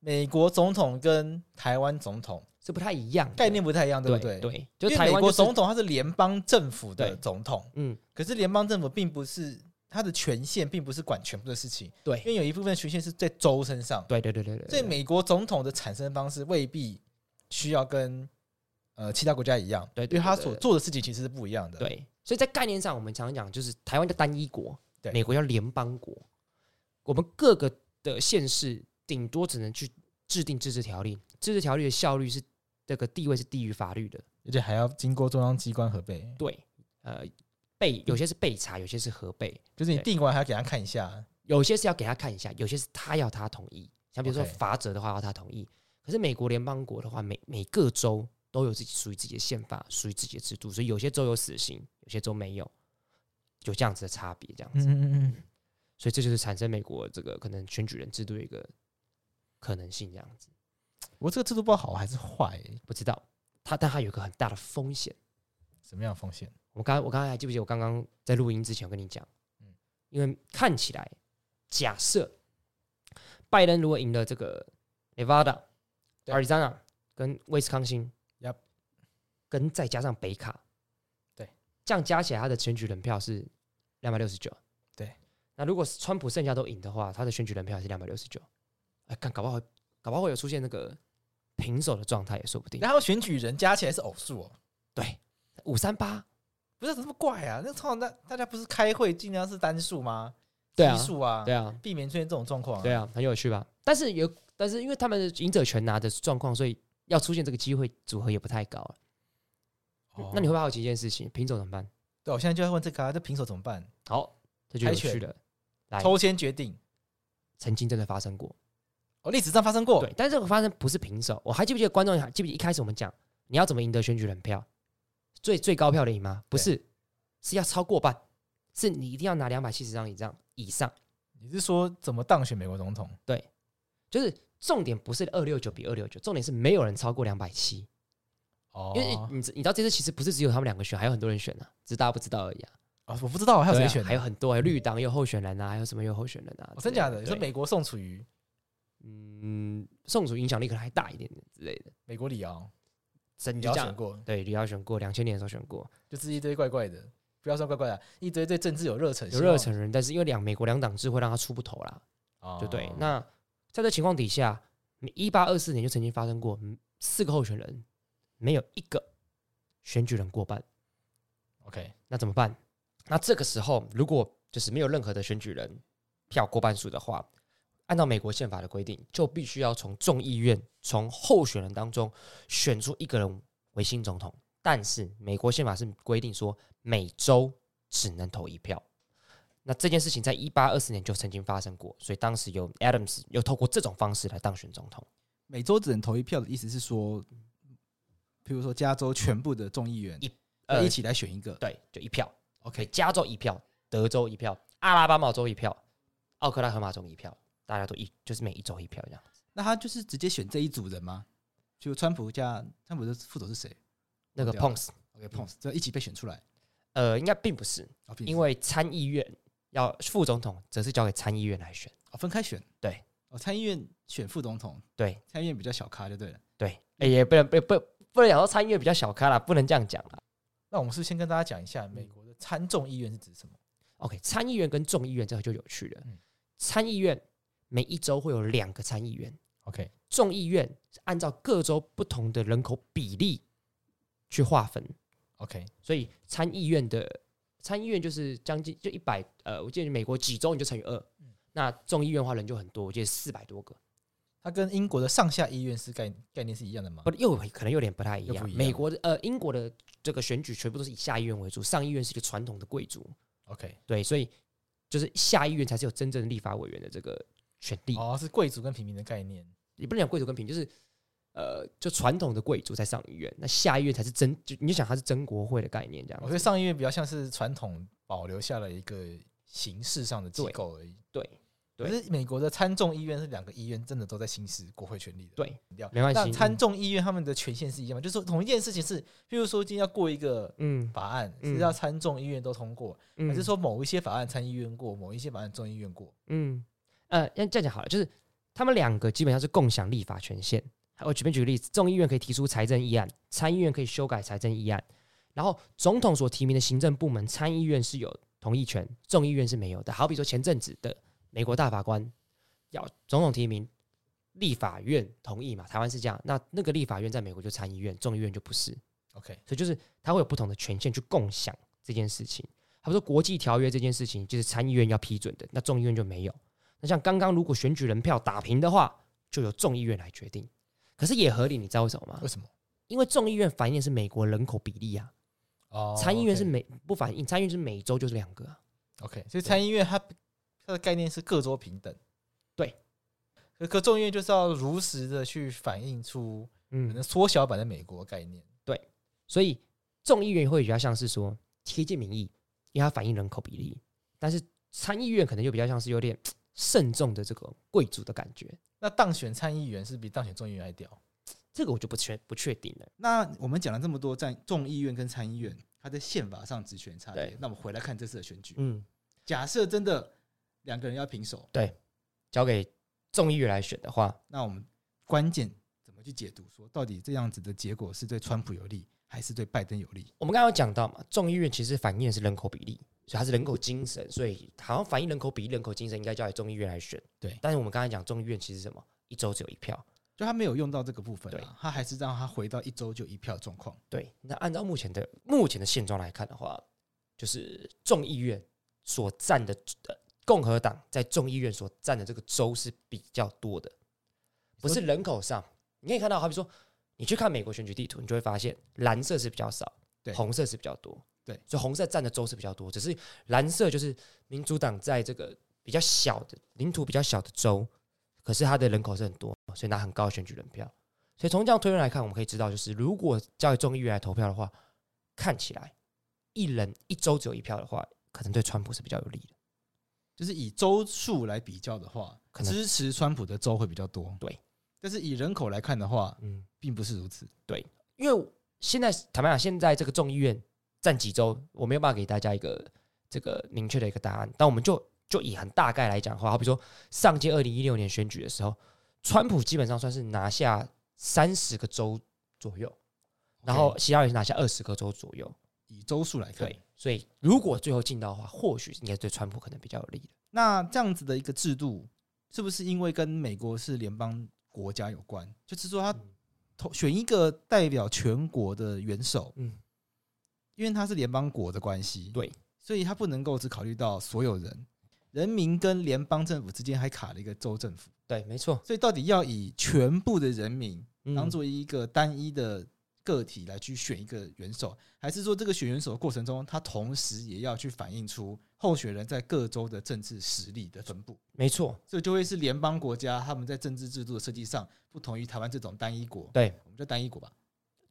美国总统跟台湾总统是不太一样的概念不太一样，对不对？，对，就因为台美湾国就是总统他是联邦政府的对总统，嗯，可是联邦政府并不是他的权限，并不是管全部的事情，对因为有一部分权限是在州身上，对对对对对，所以美国总统的产生方式未必需要跟呃其他国家一样，对对因为他对所对做的事情其实是不一样的，对，所以在概念上，我们常常讲就是台湾叫单一国，对美国叫联邦国，我们各个的县市顶多只能去制定自治条例，自治条例的效率是这个地位是低于法律的，而且还要经过中央机关核备，对，呃，备有些是备查，有些是核备，就是你对定完还要给他看一下，有些是要给他看一下，有些是他要他同意。像比如说 OK 法则的话，他同意。可是美国联邦国的话，每每个州都有自己属于自己的宪法，属于自己的制度，所以有些州有死刑，有些州没有，有这样子的差别，这样子。嗯嗯嗯嗯，所以这就是产生美国这个可能选举人制度的一个可能性，这样子。我这个制度不知道好还是坏欸、不知道它，但它有一个很大的风险。什么样的风险？我刚我刚才还记不记得我刚刚在录音之前有跟你讲，嗯因为看起来假设拜登如果赢了这个 Nevada、对 Arizona 跟威斯康星 Yup 跟再加上北卡，对，这样加起来他的选举人票是两百六十九，对。那如果是川普剩下都赢的话，他的选举人票是两百六十九，哎，看搞不好搞不好会有出现那个平手的状态也说不定。然后选举人加起来是偶数哦，对，五三八，不是怎么那么怪啊？那通常大大家不是开会尽量是单数吗？对啊奇数啊，对啊，避免出现这种状况、啊。对啊，很有趣吧？但是有，但是因为他们的赢者全拿的状况，所以要出现这个机会组合也不太高了。哦，那你会不会好奇一件事情？平手怎么办？对我现在就在问这个啊，这平手怎么办？好，这就有猜拳趣了。来，抽签决定。曾经真的发生过，哦，历史上发生过对，但是这个发生不是平手。我还记不记得观众还记不记得一开始我们讲你要怎么赢得选举人票？最最高票的赢吗？不是，是要超过半，是你一定要拿两百七十张以上以上。你是说怎么当选美国总统？就是重点不是二六九比二六九，重点是没有人超过两百七。哦因为你知你知道这次其实不是只有他们两个选，还有很多人选呢、啊，只是大家不知道而已啊。哦，我不知道还有对谁啊选的，嗯还有很多、还有绿党有候选人啊，还有什么有候选人啊？哦真假的？你之说类对美国宋楚瑜、嗯，宋楚影响力可能还大一点点之类的。美国李敖，真你就要这选样，过，对，李敖选过，两千年的时候选过，就是一堆怪怪的，不要说怪怪的，啊一堆对政治有热忱、有热忱人，但是因为两美国两党制会让他出不头啦，希望，对不对哦？那在这情况底下，一八二四年就曾经发生过嗯四个候选人没有一个选举人过半。 OK，那怎么办？那这个时候，如果就是没有任何的选举人票过半数的话，按照美国宪法的规定，就必须要从众议院从候选人当中选出一个人为新总统。但是美国宪法是规定说，每周只能投一票。那这件事情在一八二四年就曾经发生过，所以当时由 Adams 又透过这种方式来当选总统。每周只能投一票的意思是说，譬如说加州全部的众议员一呃呃一起来选一个，对，就一票。 OK 加州一票，德州一票，阿拉巴马州一票，奥克拉荷马州一票，大家都一就是每一周一票这样。那他就是直接选这一组人吗？就川普加川普的副手是谁那个了解 Pons， ？OK 嗯 Pons 这一起被选出来，呃，应该并不是，哦并不是因为参议院要副总统，则是交给参议院来选。哦分开选，对哦参议院选副总统，对参议院比较小咖就对了。对，哎也不能不不不能讲说参议院比较小咖啦，不能这样讲啦。那我们是不是先跟大家讲一下美国的参众议院是指什么？嗯 OK，参议院跟众议院这个就有趣了嗯。参议院每一周会有两个参议员， OK，众议院是按照各州不同的人口比例去划分。 OK，所以参议院的参议院就是将近就一百呃，我记得美国几州你就乘以二、那众议院的话人就很多，我记得四百多个，它跟英国的上下议院是概概念是一样的吗不又可能有点不太一又样。不一样美国的呃英国的这个选举全部都是以下议院为主，上议院是一个传统的贵族， ？OK，对，所以就是下议院才是有真正的立法委员的这个权利，哦，是贵族跟平民的概念。也不能讲贵族跟平民，就是。呃，就传统的贵族在上议院，那下议院才是真，就你就想它是真国会的概念这样我觉子。得哦上议院比较像是传统保留下了一个形式上的机对构而已。对，可是美国的参众议院是两个议院，真的都在行使国会权力的。对掉，没关系那参众议院他们的权限是一样吗？就是说同一件事情是，譬如说今天要过一个嗯法案，嗯是要参众议院都通过，嗯，还是说某一些法案参议院过，某一些法案众议院过？嗯，呃，那这样讲好了，就是他们两个基本上是共享立法权限。我随便举个例子，众议院可以提出财政议案，参议院可以修改财政议案。然后总统所提名的行政部门，参议院是有同意权，众议院是没有的。好比说前阵子的美国大法官要总统提名，立法院同意嘛，台湾是这样，那那个立法院在美国就参议院，众议院就不是。 OK，所以就是它会有不同的权限去共享这件事情。他说国际条约这件事情，就是参议院要批准的，那众议院就没有。那像刚刚如果选举人票打平的话，就由众议院来决定。可是也合理，你知道为什么吗为？什么？因为众议院反映的是美国人口比例啊，哦参议院是每不反映，参议院是每周就是两个啊、 OK，所以参议院它它的概念是各州平等。对，可可众议院就是要如实的去反映出可嗯能，缩小版的美国概念。所以众议院会比较像是说贴近民意，因为它反映人口比例，但是参议院可能就比较像是有点嘖慎重的这个贵族的感觉，那当选参议员是比当选众议员还屌，这个我就不确不确定了。那我们讲了这么多，在众议院跟参议院，它在宪法上职权差别对。那我们回来看这次的选举，嗯，假设真的两个人要平手，交给众议院来选的话，那我们关键怎么去解读？说到底这样子的结果是对川普有利，还是对拜登有利？我们刚刚有讲到嘛，众议院其实反映的是人口比例，所以它是人口精神，所以好像反映人口比例、人口精神应该交给众议院来选。对但是我们刚才讲众议院其实是什么，一周只有一票。就他没有用到这个部分对啊，他还是让他回到一周就一票的状况。对，那按照目前的目前的现状来看的话，就是众议院所占的、呃、共和党在众议院所占的这个州是比较多的，不是人口上。你可以看到，好比说，你去看美国选举地图，你就会发现蓝色是比较少，对红色是比较多，对，所以红色占的州是比较多，只是蓝色就是民主党在这个比较小的领土比较小的州，可是它的人口是很多，所以拿很高的选举人票。所以从这样推论来看，我们可以知道，就是如果交给众议院来投票的话，看起来一人一周只有一票的话，可能对川普是比较有利的。就是以州数来比较的话，可能支持川普的州会比较多。对，但是以人口来看的话，嗯，并不是如此。因为现在坦白讲，现在这个众议院占几州，我没有办法给大家一个这个明确的一个答案。但我们就就以很大概来讲的话，好比说上届二零一六年选举的时候，川普基本上算是拿下三十个州左右，然后 OK，希拉里是拿下二十个州左右。以州数来看，对，所以如果最后进到的话，或许应该对川普可能比较有利的。那这样子的一个制度，是不是因为跟美国是联邦国家有关？就是说，他嗯投选一个代表全国的元首，嗯，因为他是联邦国的关系，对，所以他不能够只考虑到所有人，人民跟联邦政府之间还卡了一个州政府，对，没错，所以到底要以全部的人民嗯当做一个单一的个体来去选一个元首，还是说这个选元首的过程中，他同时也要去反映出候选人在各州的政治实力的分布？没错，所以就会是联邦国家他们在政治制度的设计上不同于台湾这种单一国，对我们叫单一国吧，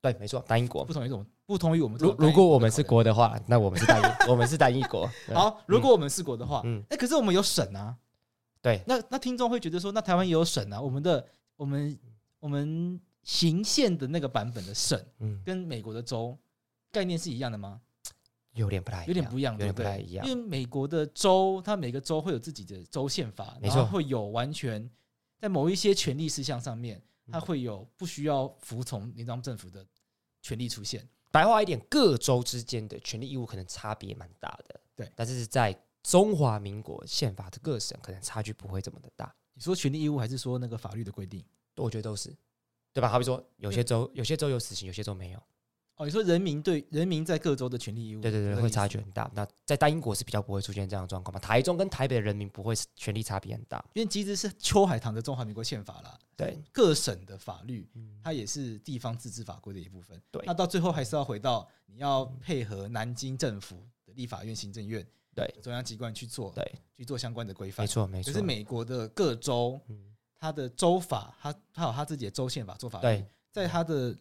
对，没错，单一国不。同于这种不同于我们这如种单如一果的我们是考量国的话，那我们是单一，我们是单一 国。对，好，如果我们是国的话，嗯，哎，可是我们有省啊，对，那那听众会觉得说，那台湾也有省啊，我们的我们我们行宪的那个版本的省嗯，跟美国的州概念是一样的吗？有点不太一样，有点不一样，有对点不不对太一样因。为美国的州，它每个州会有自己的州宪法，没然错后会有完全在某一些权利事项上面，它嗯会有不需要服从联邦政府的权利出现。白话一点，各州之间的权利义务可能差别蛮大的。对但是在中华民国宪法的各省，可能差距不会这么的大。你说权利义务，还是说那个法律的规定？我觉得都是，对吧？好比说，有些州有些州有死刑，有些州没有。哦，你说人民对人民在各州的权利义务，对对嗯这对，个会意思差距。很大。那在大英国是比较不会出现这样的状况嘛？台中跟台北的人民不会权力差别很大。因为其实是秋海棠的中华民国宪法啦，对，各省的法律嗯它也是地方自治法规的一部分。对那到最后还是要回到你要配合南京政府的立法院、行政院、对中央机关去做对，去做相关的规范没。错没可错。是美国的各州，嗯它的州法，它它有它自己的州宪法、州法律，对，在它的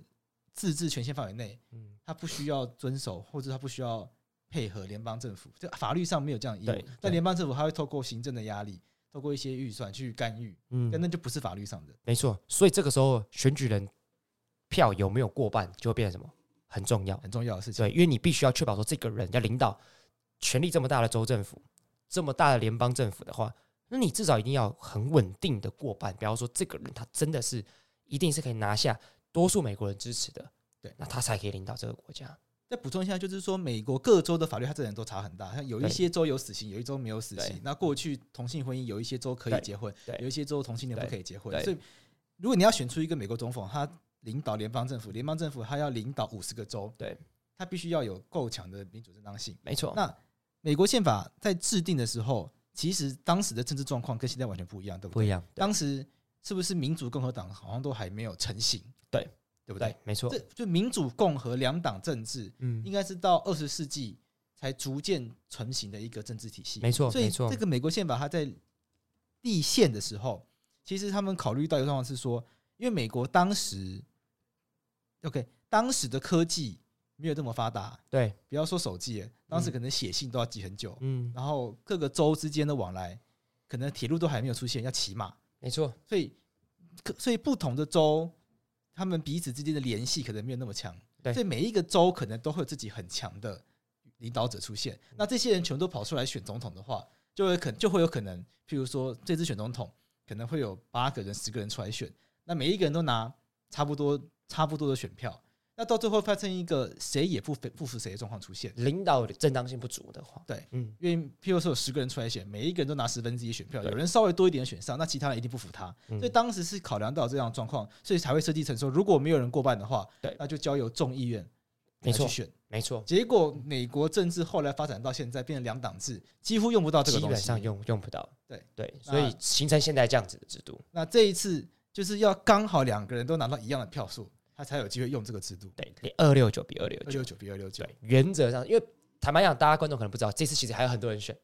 自治权限范围内，嗯。它不需要遵守，或者它不需要配合联邦政府，就法律上没有这样的义对务对。但联邦政府它会透过行政的压力，透过一些预算去干预，嗯但那就不是法律上的。没错。所以这个时候选举人票有没有过半，就会变成什么很重要。很重要的事情对，。因为你必须要确保说这个人要领导权力这么大的州政府，这么大的联邦政府的话，那你至少一定要很稳定的过半。比方说，这个人他真的是一定是可以拿下多数美国人支持的，对那他才可以领导这个国家。再补充一下，就是说美国各州的法律它真的都差很大，像有一对些州有死刑，有一州没有死对刑。那过去同性婚姻有一些州可以对结婚对，有一些州同性恋不对可以结婚。对所以如果你要选出一个美国总统，他领导联邦政府，联邦政府他要领导五十个州，对，哦他必须要有够强的民主正当性。没错，那美国宪法在制定的时候，其实当时的政治状况跟现在完全不一样，对不不对？一样。当时是不是民主共和党好像都还没有成型？对，对不对对？，没错这。就民主共和两党政治，哦嗯应，该是到二十世纪才逐渐成型的一个政治体系。没错所以没错这个美国宪法它在立宪的时候其实他们考虑到一个状况是说，因为美国当时，OK，当时的科技没有这么发达，对，不要说手机了，当时可能写信都要寄很久，嗯，然后各个州之间的往来，可能铁路都还没有出现，要骑马，没错，所以可所以不同的州，他们彼此之间的联系可能没有那么强，对所以每一个州可能都会有自己很强的领导者出现。嗯那这些人全部都跑出来选总统的话，就会可就会有可能，譬如说这次选总统可能会有八个人、十个人出来选，那每一个人都拿差不多差不多的选票，那到最后发生一个谁也不服不服谁的状况出现。领导的正当性不足的话，对，嗯，因为譬如说有十个人出来选，每一个人都拿十分之一选票，对有人稍微多一点选上，那其他人一定不服他。嗯所以当时是考量到这样的状况，所以才会设计成说，如果没有人过半的话，对那就交由众议院没来错去选。没错，结果美国政治后来发展到现在变成两党制，几乎用不到这个基东本西。上用用不到，对对，那所以形成现在这样子的制度，那这一次就是要刚好两个人都拿到一样的票数，他才有机会用这个制度。对，二六九比二六二九，六九比二六九，对，原则上，因为坦白讲，大家观众可能不知道，这次其实还有很多人选，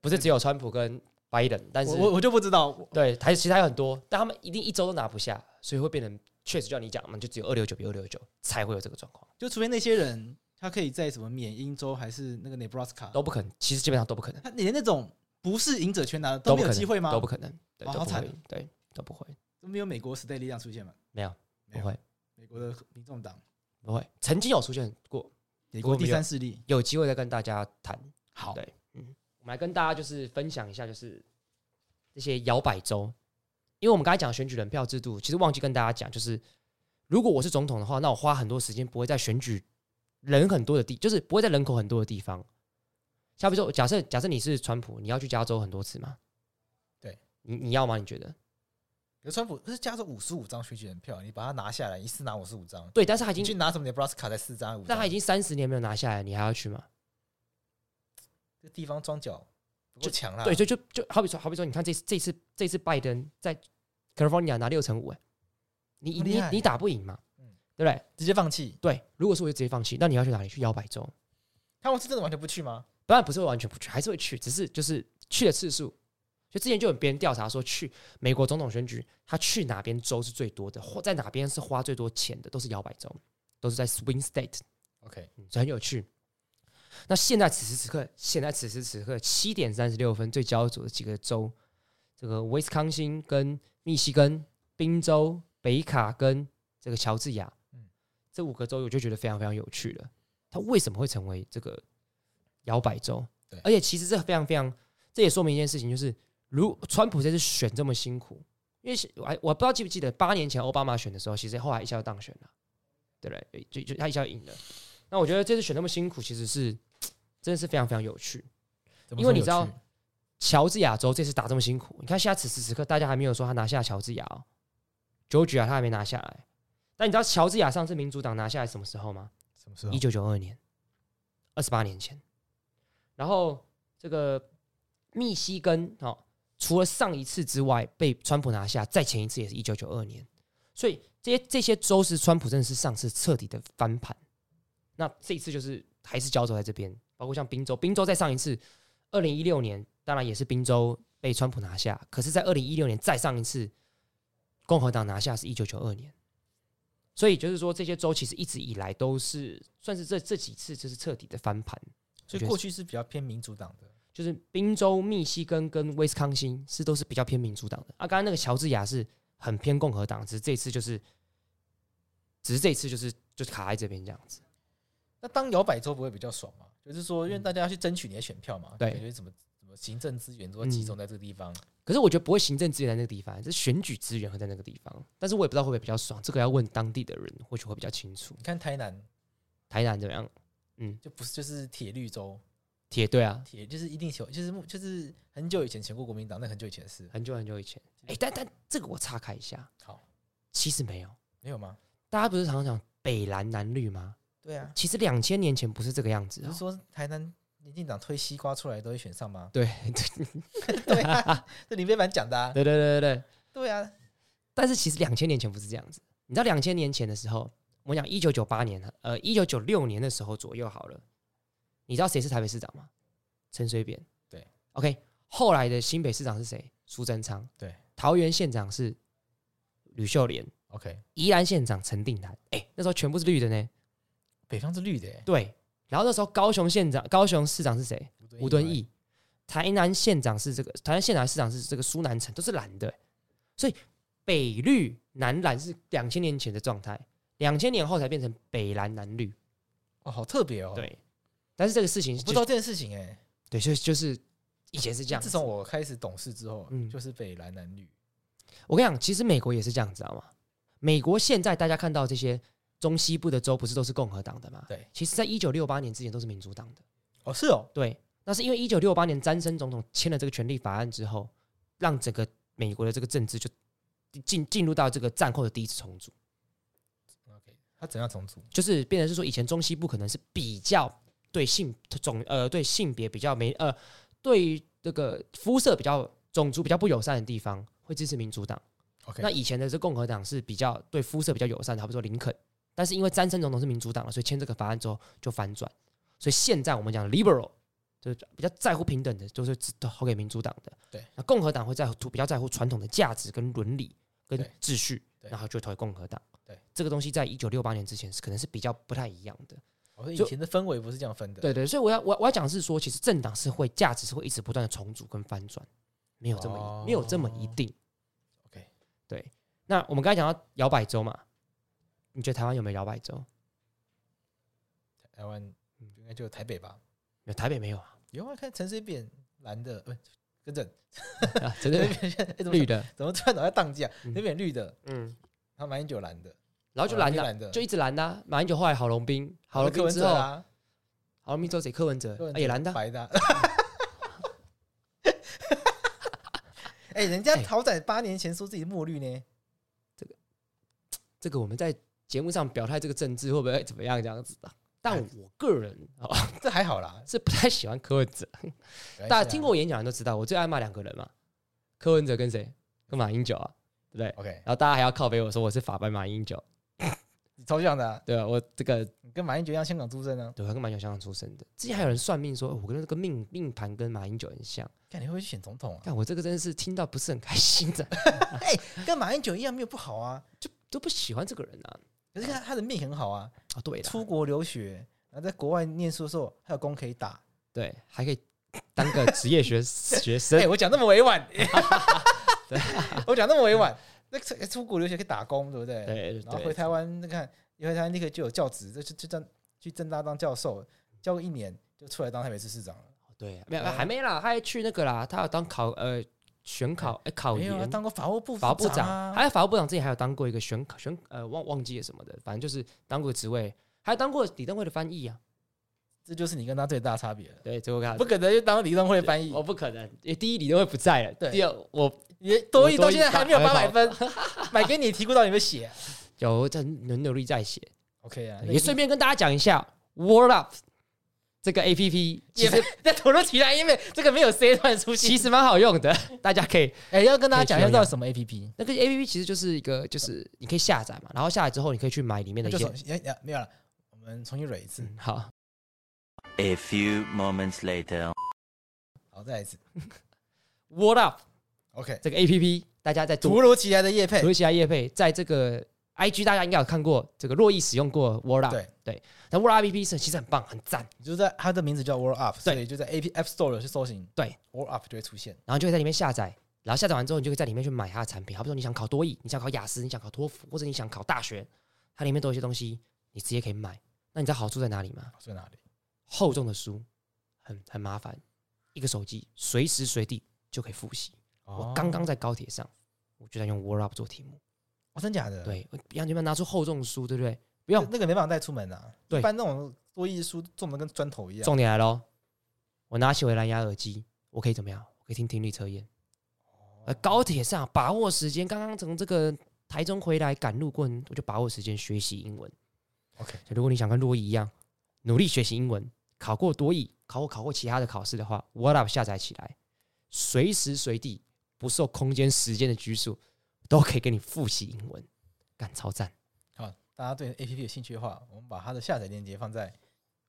不是只有川普跟拜登，但是我我我就不知道，我对，还其实还有很多，但他们一定一周都拿不下，所以会变成确实就像你讲，我们就只有二六九比二六九才会有这个状况，就除非那些人他可以在什么缅因州还是那个 Nebraska，都不可能，其实基本上都不可能，他连那种不是赢者全拿的都都不没可有能机会吗？都不可能，对，哇都好不惨会哦，对，都不会，都没有美国时代力量出现嘛？没有，没不有会，美国的民众党，不会，曾经有出现过，美国国没有第三势力。有机会再跟大家谈。好对，嗯，我们来跟大家就是分享一下，就是这些摇摆州，因为我们刚才讲选举人票制度，其实忘记跟大家讲，就是如果我是总统的话，那我花很多时间不会在选举人很多的地，就是不会在人口很多的地方。像比如说，假设假设你是川普，你要去加州很多次吗？对，你你要吗？你觉得？可是川普可是加州五十五张选举人票，你把它拿下来，一次拿五十五张，对，但是他已你去经，拿什么 Nebraska 才四张五张？但他已经三十年没有拿下来，你还要去吗？这地方装脚不够强啦。对，，所以就就好比说，好比说，你看这次这次这次拜登在 California 拿六成五，哎，你好厉你害你打不赢嘛，嗯对不对？直接放弃。对，如果是我就直接放弃，那你要去哪里？去摇摆州？他们是真的完全不去吗？当然不是完全不去，还是会去，只是就是去的次数。就之前就有别人调查说，去美国总统选举，他去哪边州是最多的，或在哪边是花最多钱的，都是摇摆州，都是在 swing state。 OK 嗯所以很有趣。那现在此时此刻，现在此时此刻七点三十六分，最焦灼的几个州，这个威斯康星跟密西根、宾州、北卡跟这个乔治亚，嗯这五个州我就觉得非常非常有趣了。它为什么会成为这个摇摆州？对而且其实这非常非常，这也说明一件事情，就是如川普这次选这么辛苦，因为是我还我不知道记不记得八年前奥巴马选的时候，其实后来一下就当选了，对不对？就就他一下就赢了。那我觉得这次选那么辛苦，其实是真的是非常非常有趣。怎么因说为你有知道趣乔治亚州这次打这么辛苦，你看现在此时此刻大家还没有说他拿下乔治亚哦，Georgia 他还没拿下来。但你知道乔治亚上次民主党拿下来什么时候吗？什么时候一？九九二年，二十八年前。然后这个密西根哦，除了上一次之外被川普拿下，再前一次也是一九九二年，所以这些这些州是川普真的是上次彻底的翻盘。那这一次就是还是交手在这边，包括像宾州，宾州在上一次二零一六年，当然也是宾州被川普拿下，可是，在二零一六年再上一次共和党拿下是一九九二年。所以就是说，这些州其实一直以来都是算是这这几次就是彻底的翻盘。所我觉以得过去是比较偏民主党的，就是宾州、密西根跟威斯康星是都是比较偏民主党的。啊，刚刚那个乔治亚是很偏共和党，只是这次就是，只是这次就是就是卡在这边这样子。那当摇摆州不会比较爽吗？就是说，因为大家要去争取你的选票嘛，嗯对嗯感觉怎么怎么行政资源都集中在这个地方，可是我觉得不会行政资源在那个地方，这选举资源会在那个地方。但是我也不知道会不会比较爽，这个要问当地的人，或许会比较清楚。你看台南台南怎么样？嗯，就不是就是铁绿州，铁对啊，铁就是一定选，就是目就是很久以前选过国民党，那很久以前的事，很久很久以前。哎、但但这个我岔开一下，好，其实没有。没有吗？大家不是常常讲北蓝南绿吗？对啊，其实两千年前不是这个样子、只哦是。说台南民进党推西瓜出来都会选上 吗？对对啊，这林非凡讲的啊，对对对对对，对啊，但是其实两千年前不是这样子。你知道两千年前的时候，我讲一九九八年，呃，一九九六年的时候左右好了，你知道谁是台北市长吗？陈水扁。对，OK。后来的新北市长是谁？苏贞昌。对，桃园县长是吕秀莲， OK，宜兰县长陈定南，哎、那时候全部是绿的呢。北方是绿的欸，对，然后那时候高雄县长、高雄市长是谁？吴敦义。台南县长是这个，台南县长市长是这个苏南成，都是蓝的，所以北绿南蓝是两千年前的状态，两千年后才变成北蓝南绿。哦，好特别哦。，对，但是这个事情我就不知道这件事情哎。对，就就是以前是这样子。自从我开始懂事之后，嗯就是北蓝男女。我跟你讲，其实美国也是这样，知道吗？美国现在大家看到这些中西部的州，不是都是共和党的吗？对，其实在一九六八年之前都是民主党的。哦，是哦，对，那是因为一九六八年詹森总统签了这个权利法案之后，让整个美国的这个政治就进进入到这个战后的第一次重组，他怎样重组？就是变成是说以前中西部可能是比较对性种呃对性别比较没呃对这个肤色比较种族比较不友善的地方会支持民主党。 OK，那以前的这共和党是比较对肤色比较友善的，好比说林肯，但是因为詹森总统是民主党了，所以签这个法案之后就反转，所以现在我们讲 liberal 就是比较在乎平等的，就是只投给民主党的。对，那共和党会在乎比较在乎传统的价值跟伦理跟对秩序，对然后就投给共和党。对，这个东西在一九六八年之前是可能是比较不太一样的。我哦说以就前的氛围不是这样分的。对对，所以我要我我要讲的是说，其实政党是会价值是会一直不断的重组跟翻转，没有这么一、哦没有这么一定。 OK 对。那我们刚才讲到摇摆州嘛，你觉得台湾有没有摇摆州？台湾应该就台北吧？有台北没有啊？ 有啊，看陈水扁蓝的，不是跟正啊陈真的水扁现在 哎怎么绿 的，怎么突然脑袋宕机啊？陈嗯水扁绿的，嗯，然后马英九蓝的，然后就好蓝蓝的，蓝的，就一直蓝的啊。马英九后来郝龙斌，郝龙柯斌文之哲后，啊，郝龙斌之后谁？柯文哲柯文啊哲也蓝的啊，白 的啊。哎，人家哎好歹八年前说自己墨绿呢，这个我们在节目上表态这个政治会不会怎么样这样子的？但我个人啊、哦、哎 这还好啦。是不太喜欢柯文哲。没关系啦大家听过我演讲的人都知道，我最爱骂两个人嘛，柯文哲跟谁？跟马英九啊，对不对？ ？OK，然后大家还要靠背我说我是法白马英九，你超像的啊，对吧？我这个你跟马英九一样香港出生啊。对，我跟马英九香港出生的。之前还有人算命说，哦我跟那个命命盘跟马英九很像，看你会不会去选总统啊？但我这个真的是听到不是很开心的， 跟马英九一样没有不好啊，都不喜欢这个人啊。可是他他的命很好啊，啊，对出啦，国留学，然后在国外念书的时候还有工可以打。对，还可以当个职业学 学哎、生，我讲那么委 婉，啊我讲那么委婉，那出出国留学可以打工，对不对？对然后回对哦台湾，那看回台湾立刻就有教职，就就就当去正大当教授，教个一年就出来当台北市市长了。对，啊没有还没啦，他还去那个啦，他有当考呃选考哎考没有啊，研当过法务部法务部长长，啊，还有法务部长之前还有当过一个选选呃忘忘记了什么的，反正就是当过职位，还当过李登辉的翻译啊。这就是你跟他最大的差别了。对，最后看不可能就当李登辉翻译我，不可能，因为第一李登辉不在了，对第二我你多我多一一到现在还没有八还百没分，买给你题库到底有没有写啊有在很努力在写， ？OK 啊，也顺便跟大家讲一下 Word Up 这个 A P P，其也实是在土耳其来，因为这个没有 C 段出其现。实蛮好用的，大家可以哎、要跟大家讲一下可以去用到底什么 A P P？那个 A P P 其实就是一个就是你可以下载嘛，然后下载之后你可以去买里面的一就些是哎呀没有了，我们重新蕊一次，嗯好 A few moments later. 好，再来一次。 Word Up OK，这个 A P P，大家在做突如其来的叶土配耳其来叶配，在这个 IG 大家应该有看过，这个洛伊使用过 Word Up，对那 Word Up A P P 是其实很棒，很赞，就是在它的名字叫 World Up，所对以就在 A P App Store 去搜寻，对 w o r l d Up 就会出现。然后就会在里面下载，然后下载完之后，你就可以在里面去买它的产品，好比说你想考多益，你想考雅思，你想考托福，或者你想考大学，它里面都有一些东西，你直接可以买。那你知道好处在哪里吗？哦在哪里？厚重的书，很很麻烦，一个手机随时随地就可以复习。我刚刚在高铁上，我就在用 Word Up 做题目，哦，真假的？，对，我杨你们拿出厚重的书，对不对？不用，那个没办法带出门啊。对一般那种多艺书重的跟砖头一样。重点来喽！我拿起我的蓝牙耳机，我可以怎么样？我可以听听力测验。呃，高铁上把握时间，刚刚从这个台中回来赶路过程，我就把握时间学习英文。 OK，所以如果你想跟洛伊一样努力学习英文，考过多译，考过考过其他的考试的话，What Up 下载起来，随时随地不受空间时间的拘束，都可以给你复习英文，干超赞！好，大家对 A P P 有兴趣的话，我们把它的下载链接放在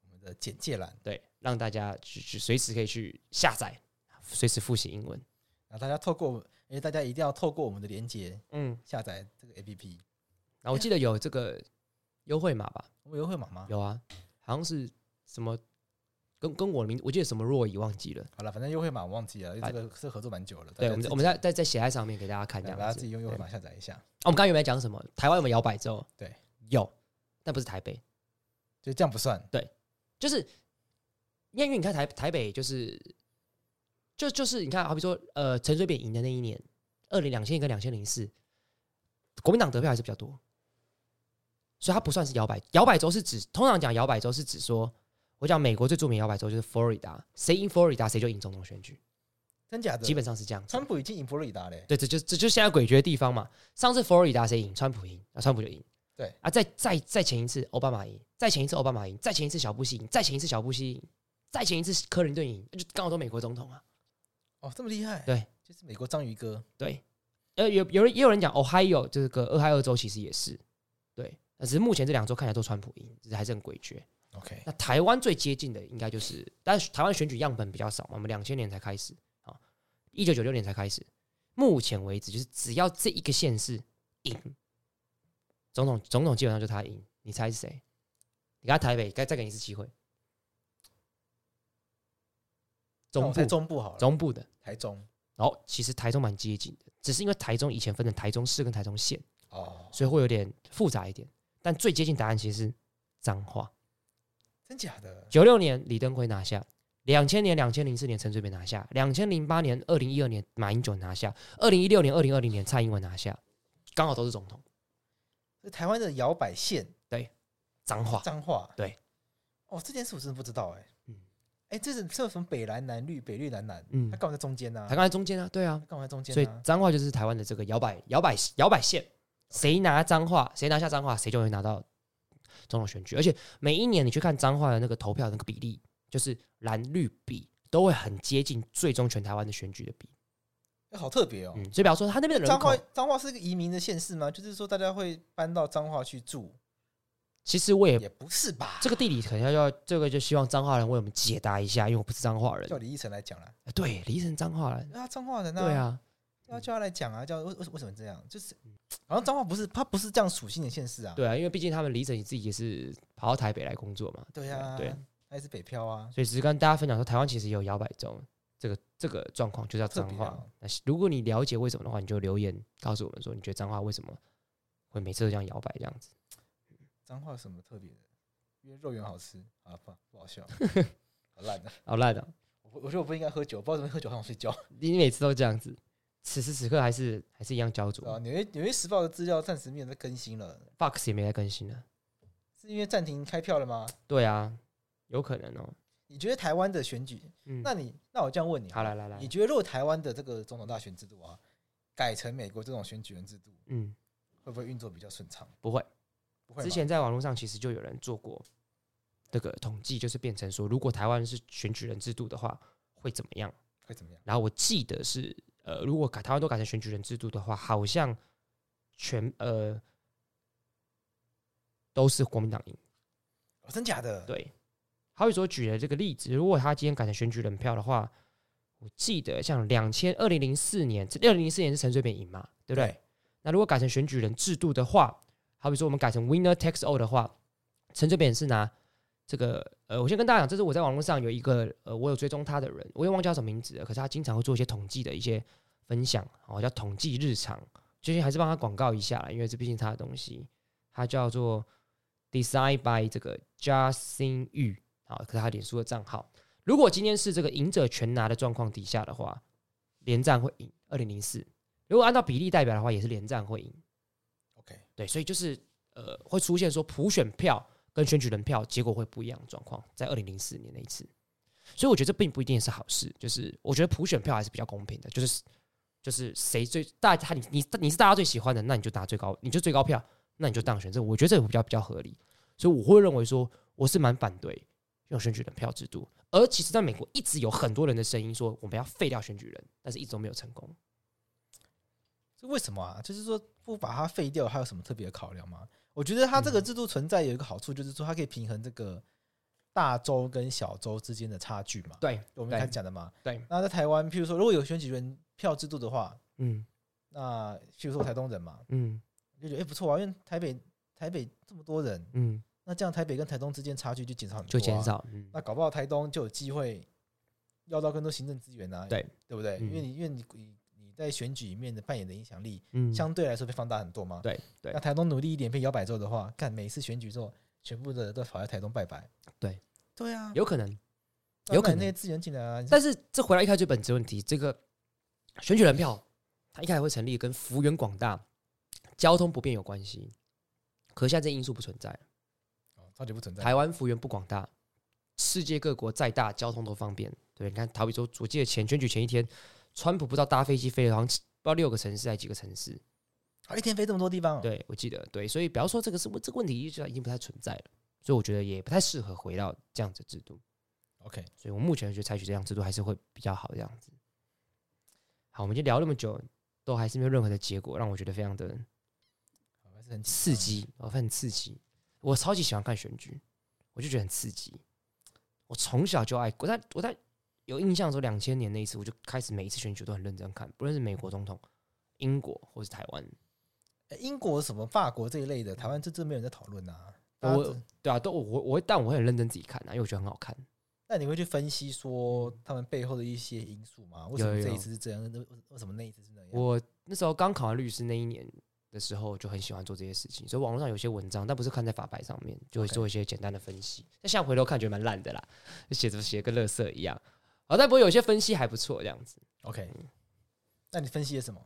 我们的简介栏，对，让大家去去随时可以去下载，随时复习英文。然后大家透过而且大家一定要透过我们的连接嗯，下载这个 APP。然后我记得有这个优惠码吧？我们优惠码吗？有啊，好像是什么跟跟我的名字，我记得什么若仪忘记了。好了，反正优惠码我忘记了，因为哎这个是合作蛮久了。对，我大家自们己我们再再再写在上面给大家看，这对样大家子自己用优惠对码下载一下，啊我们刚刚有没有讲什么？台湾有没有摇摆州？对，有，但不是台北。就这样不算。就是因为你看台台北就是就就是你看，好比说呃陈水扁赢的那一年，二零两千跟两千零四，国民党得票还是比较多，所以它不算是摇摆。摇摆州是指通常讲摇摆州是指说，我讲美国最著名的摇摆州就是佛罗里达，谁赢佛罗里达谁就赢总统选举，真假的？基本上是这样子川。普已经赢佛罗里达嘞，对，这就这就是现在诡谲的地方嘛。上次佛罗里达谁赢？川普赢，啊，川普就赢。对啊，再再再前一次奥巴马赢，再前一次奥巴马赢，再前一次小布希赢，再前一次小布希赢，再前一次克林顿赢，就刚好都美国总统啊。哦，这么厉害。对，就是美国章鱼哥。对，呃，有有人也有人讲 Ohio 这个俄亥俄州其实也是对，那只是目前这两州看起来都川普赢，只是还是很诡谲。 OK，那台湾最接近的应该就是，但是台湾选举样本比较少嘛，我们两千年才开始啊，一九九六年才开始。目前为止，就是只要这一个县市赢，总统总统基本上就他赢。你猜是谁？你看台北，该再给你一次机会。那中我猜部哦中部好了，中部的，台中。然后其实台中蛮接近的，只是因为台中以前分成台中市跟台中县，哦，所以会有点复杂一点。但最接近答案其实是彰化。真假的？九六年李登辉拿下，两千年、两千零四年陈水扁拿下，两千零八年、二零一二年马英九拿下，二零一六年、二零二零年蔡英文拿下，刚好都是总统。这台湾的摇摆县脏话，彰化。对，哦，这件事我真的不知道哎、嗯哎、这是这分北蓝南绿，北绿南南，嗯他干嘛在中间呢、他他刚才中间啊，对啊，干嘛在中间、所以呢？脏话就是台湾的这个摇摆、摇摆、摇摆线，谁拿脏话，谁拿下脏话，谁就会拿到总统选举。而且每一年你去看脏话的那个投票的那个比例，就是蓝绿比都会很接近最终全台湾的选举的比。哎好特别哦。嗯，所以比方说他那边的人彰口化，彰化是一个移民的县市吗？就是说大家会搬到彰化去住，其实我也也不是吧？这个地理可能要这个就希望彰化人为我们解答一下，因为我不是彰化人叫。李义成来讲啦，呃对，李晨彰化人，啊，彰化人啊，对，啊，要叫他来讲啊，叫为为为什么这样？就是嗯好像彰化不是他不是这样属性的县市啊，对啊，因为毕竟他们李晨自己也是跑到台北来工作嘛。对啊，对，他也是北漂啊，所以只是跟大家分享说，台湾其实也有摇摆州这个这个状况，就叫特彰别化啊。那如果你了解为什么的话，你就留言告诉我们说，你觉得彰化为什么会每次都这样摇摆这样子？彰化有什么特别的？因为肉圆好吃啊，不不好 笑，好烂啊！好烂的，我我觉得我不应该喝酒，不知道怎么喝酒，好想睡觉。你每次都这样子，此时此刻还是还是一样焦啊，灼。纽约纽约时报的资料暂时没有在更新了， Fox 也没在更新了。是因为暂停开票了吗？对啊，有可能哦。你觉得台湾的选举？嗯，那你那我这样问你，啊好，来来来你，觉得如果台湾的这个总统大选制度啊，改成美国这种选举人制度，嗯。会不会运作比较顺畅？不会，不会吗，之前在网络上其实就有人做过这个统计，就是变成说，如果台湾是选举人制度的话，会怎么样？会怎么样？然后我记得是，呃，如果改台湾都改成选举人制度的话，好像全呃都是国民党赢。哦真假的？对，好比说举了这个例子，如果他今天改成选举人票的话，我记得像两千二零零四年，二零零四年是陈水扁赢嘛，对不对？对那如果改成选举人制度的话，好比说我们改成 winner takes all 的话，陈水扁是拿这个呃，我先跟大家讲，这是我在网络上有一个呃，我有追踪他的人，我也忘记叫什么名字了，可是他经常会做一些统计的一些分享，哦，叫统计日常，最近还是帮他广告一下啦，因为这毕竟他的东西，他叫做 Design by 这个 Justin Yu 啊，可是他脸书的账号。如果今天是这个赢者全拿的状况底下的话，连战会赢二零零四。如果按照比例代表的话，也是连战会赢。 ，OK，对，所以就是呃，会出现说普选票跟选举人票结果会不一样的状况，在二零零四年那一次。所以我觉得这并不一定是好事，就是我觉得普选票还是比较公平的，就是就是谁最大他你你你是大家最喜欢的，那你就拿最高，你就最高票，那你就当选。这我觉得这个比较比较合理，所以我会认为说我是蛮反对用选举人票制度。而其实，在美国一直有很多人的声音说我们要废掉选举人，但是一直都没有成功。这为什么啊？就是说不把它废掉，还有什么特别的考量吗？我觉得它这嗯个制度存在有一个好处，就是说它可以平衡这个大州跟小州之间的差距嘛。对，我们刚才讲的嘛。对，那在台湾，譬如说，如果有选举人票制度的话，嗯那譬如说我台东人嘛，嗯就觉得哎、诶不错啊，因为台北台北这么多人，嗯，那这样台北跟台东之间差距就减少很多、啊就减。少，嗯那搞不好台东就有机会要到更多行政资源啊，对对不对？嗯因为你因为你你你在选举里面的扮演的影响力，嗯，相对来说被放大很多嘛。对对那台东努力一点变摇摆州的话，干每次选举之后，全部的人都跑来台东拜拜。对对啊，有可能。那有可买那能些资源进来啊。但是这回到一开始本质问题，这个选举人票，它一开始会成立跟幅员广大、交通不便有关系。可现在这因素不存在，哦超级不存在。台湾幅员不广大，世界各国再大，交通都方便。对，你看，好比说，我记得前选举前一天，川普不知道搭飞机飞了，好像不知道六个城市还是几个城市。啊一天飞这么多地方、哦，对，我记得，对，所以不要说这个是这个问题，就已经不太存在了。所以我觉得也不太适合回到这样子的制度。 ，OK，所以我目前觉得采取这样制度还是会比较好这样子。好，我们今天聊那么久，都还是没有任何的结果，让我觉得非常的好还是很紧刺张。激，我很刺激。我超级喜欢看选举，我就觉得很刺激。我从小就爱，我在我在有印象的时候，两千年那一次，我就开始每一次选举都很认真看，不论是美国总统、英国或是台湾，诶哎英国什么法国这一类的，台湾这这没有人在讨论啊。大家我只对啊，都我我会，但我会很认真自己看啊，因为我觉得很好看。那你会去分析说他们背后的一些因素吗？为什嗯有么有这一次是这样？那为为什么那一次是那样？我那时候刚考完律师那一年的时候，就很喜欢做这些事情，所以网络上有些文章，但不是看在法白上面，就会 OK 做一些简单的分析。那现在回头看，觉得蛮烂的啦，写着写得跟垃圾一样。啊，但不过有些分析还不错，这样子。 OK，那你分析了什么？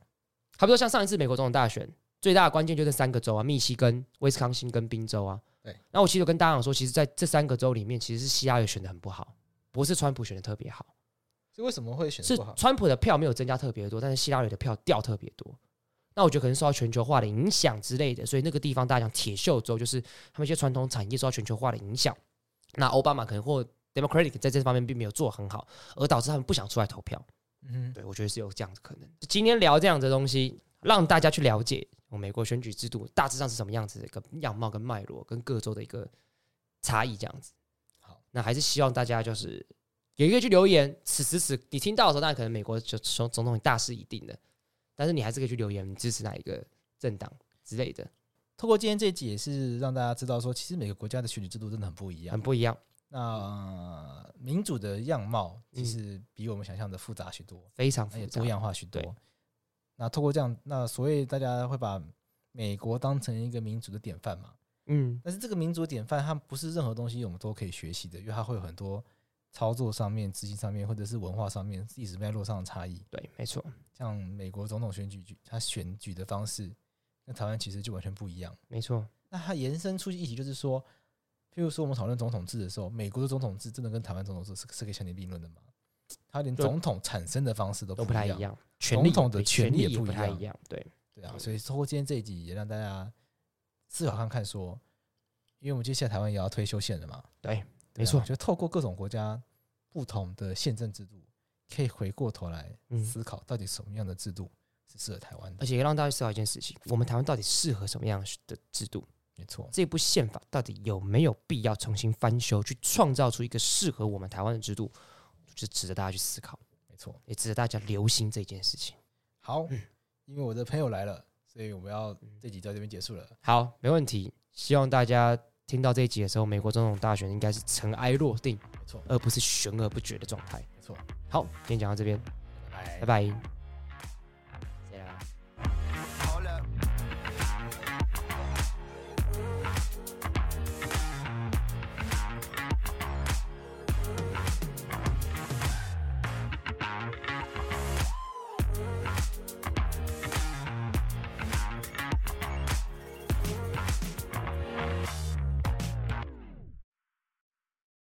差不多像上一次美国总统大选，最大的关键就这三个州啊，密西根、威斯康星跟宾州啊。对。那我其实有跟大家讲说，其实在这三个州里面，其实是希拉里选的很不好，不是川普选的特别好。是为什么会选得是不好？川普的票没有增加特别多，但是希拉里的票掉特别多。那我觉得可能受到全球化的影响之类的，所以那个地方大家讲铁锈州，就是他们一些传统产业受到全球化的影响。那奥巴马可能或 Democratic 在这方面并没有做很好，而导致他们不想出来投票。嗯哼，对我觉得是有这样的可能。今天聊这样的东西，让大家去了解我美国选举制度大致上是什么样子的一个样貌跟脉络，跟各州的一个差异这样子。好，那还是希望大家就是也可以去留言。此时此你听到的时候，当然可能美国就总总统大势已定的，但是你还是可以去留言，你支持哪一个政党之类的，透过今天这一集也是让大家知道说，其实每个国家的选举制度真的很不一样很。不一样，那、呃民主的样貌其实比我们想象的复杂许多，非常而嗯复且杂多。样化许对多。那透过这样，那所以大家会把美国当成一个民主的典范嘛？嗯，但是这个民主典范，它不是任何东西我们都可以学习的，因为它会有很多操作上面、执行上面，或者是文化上面、历史脉络上的差异。对，没错，像美国总统选举举，它选举的方式跟台湾其实就完全不一样。没错，那它延伸出去议题就是说，譬如说我们讨论总统制的时候，美国的总统制真的跟台湾总统制是是可以相提并论的吗？它连对总统产生的方式都都不不太一一样，样，权力总统的也不权力力也也不不一太样一样，对，对啊。所以透过今天这一集，也让大家思考看看说，因为我们接下来台湾也要退休线了嘛，对没啊错我，觉得透过各种国家不同的宪政制度，可以回过头来嗯。思考到底什么样的制度是适合台湾的而。且也让大家思考一件事情：我们台湾到底适合什么样的制度？没错，这部宪法到底有没有必要重新翻修，去创造出一个适合我们台湾的制度？就值得大家去思考，没错。也值得大家留心这件事情。好，因为我的朋友来了，所以我们要这集到这边结束了。好，没问题。希望大家听到这一集的时候，美国总统大选应该是尘埃落定，没错，而不是悬而不决的状态。没错，好，今天讲到这边，拜拜。拜。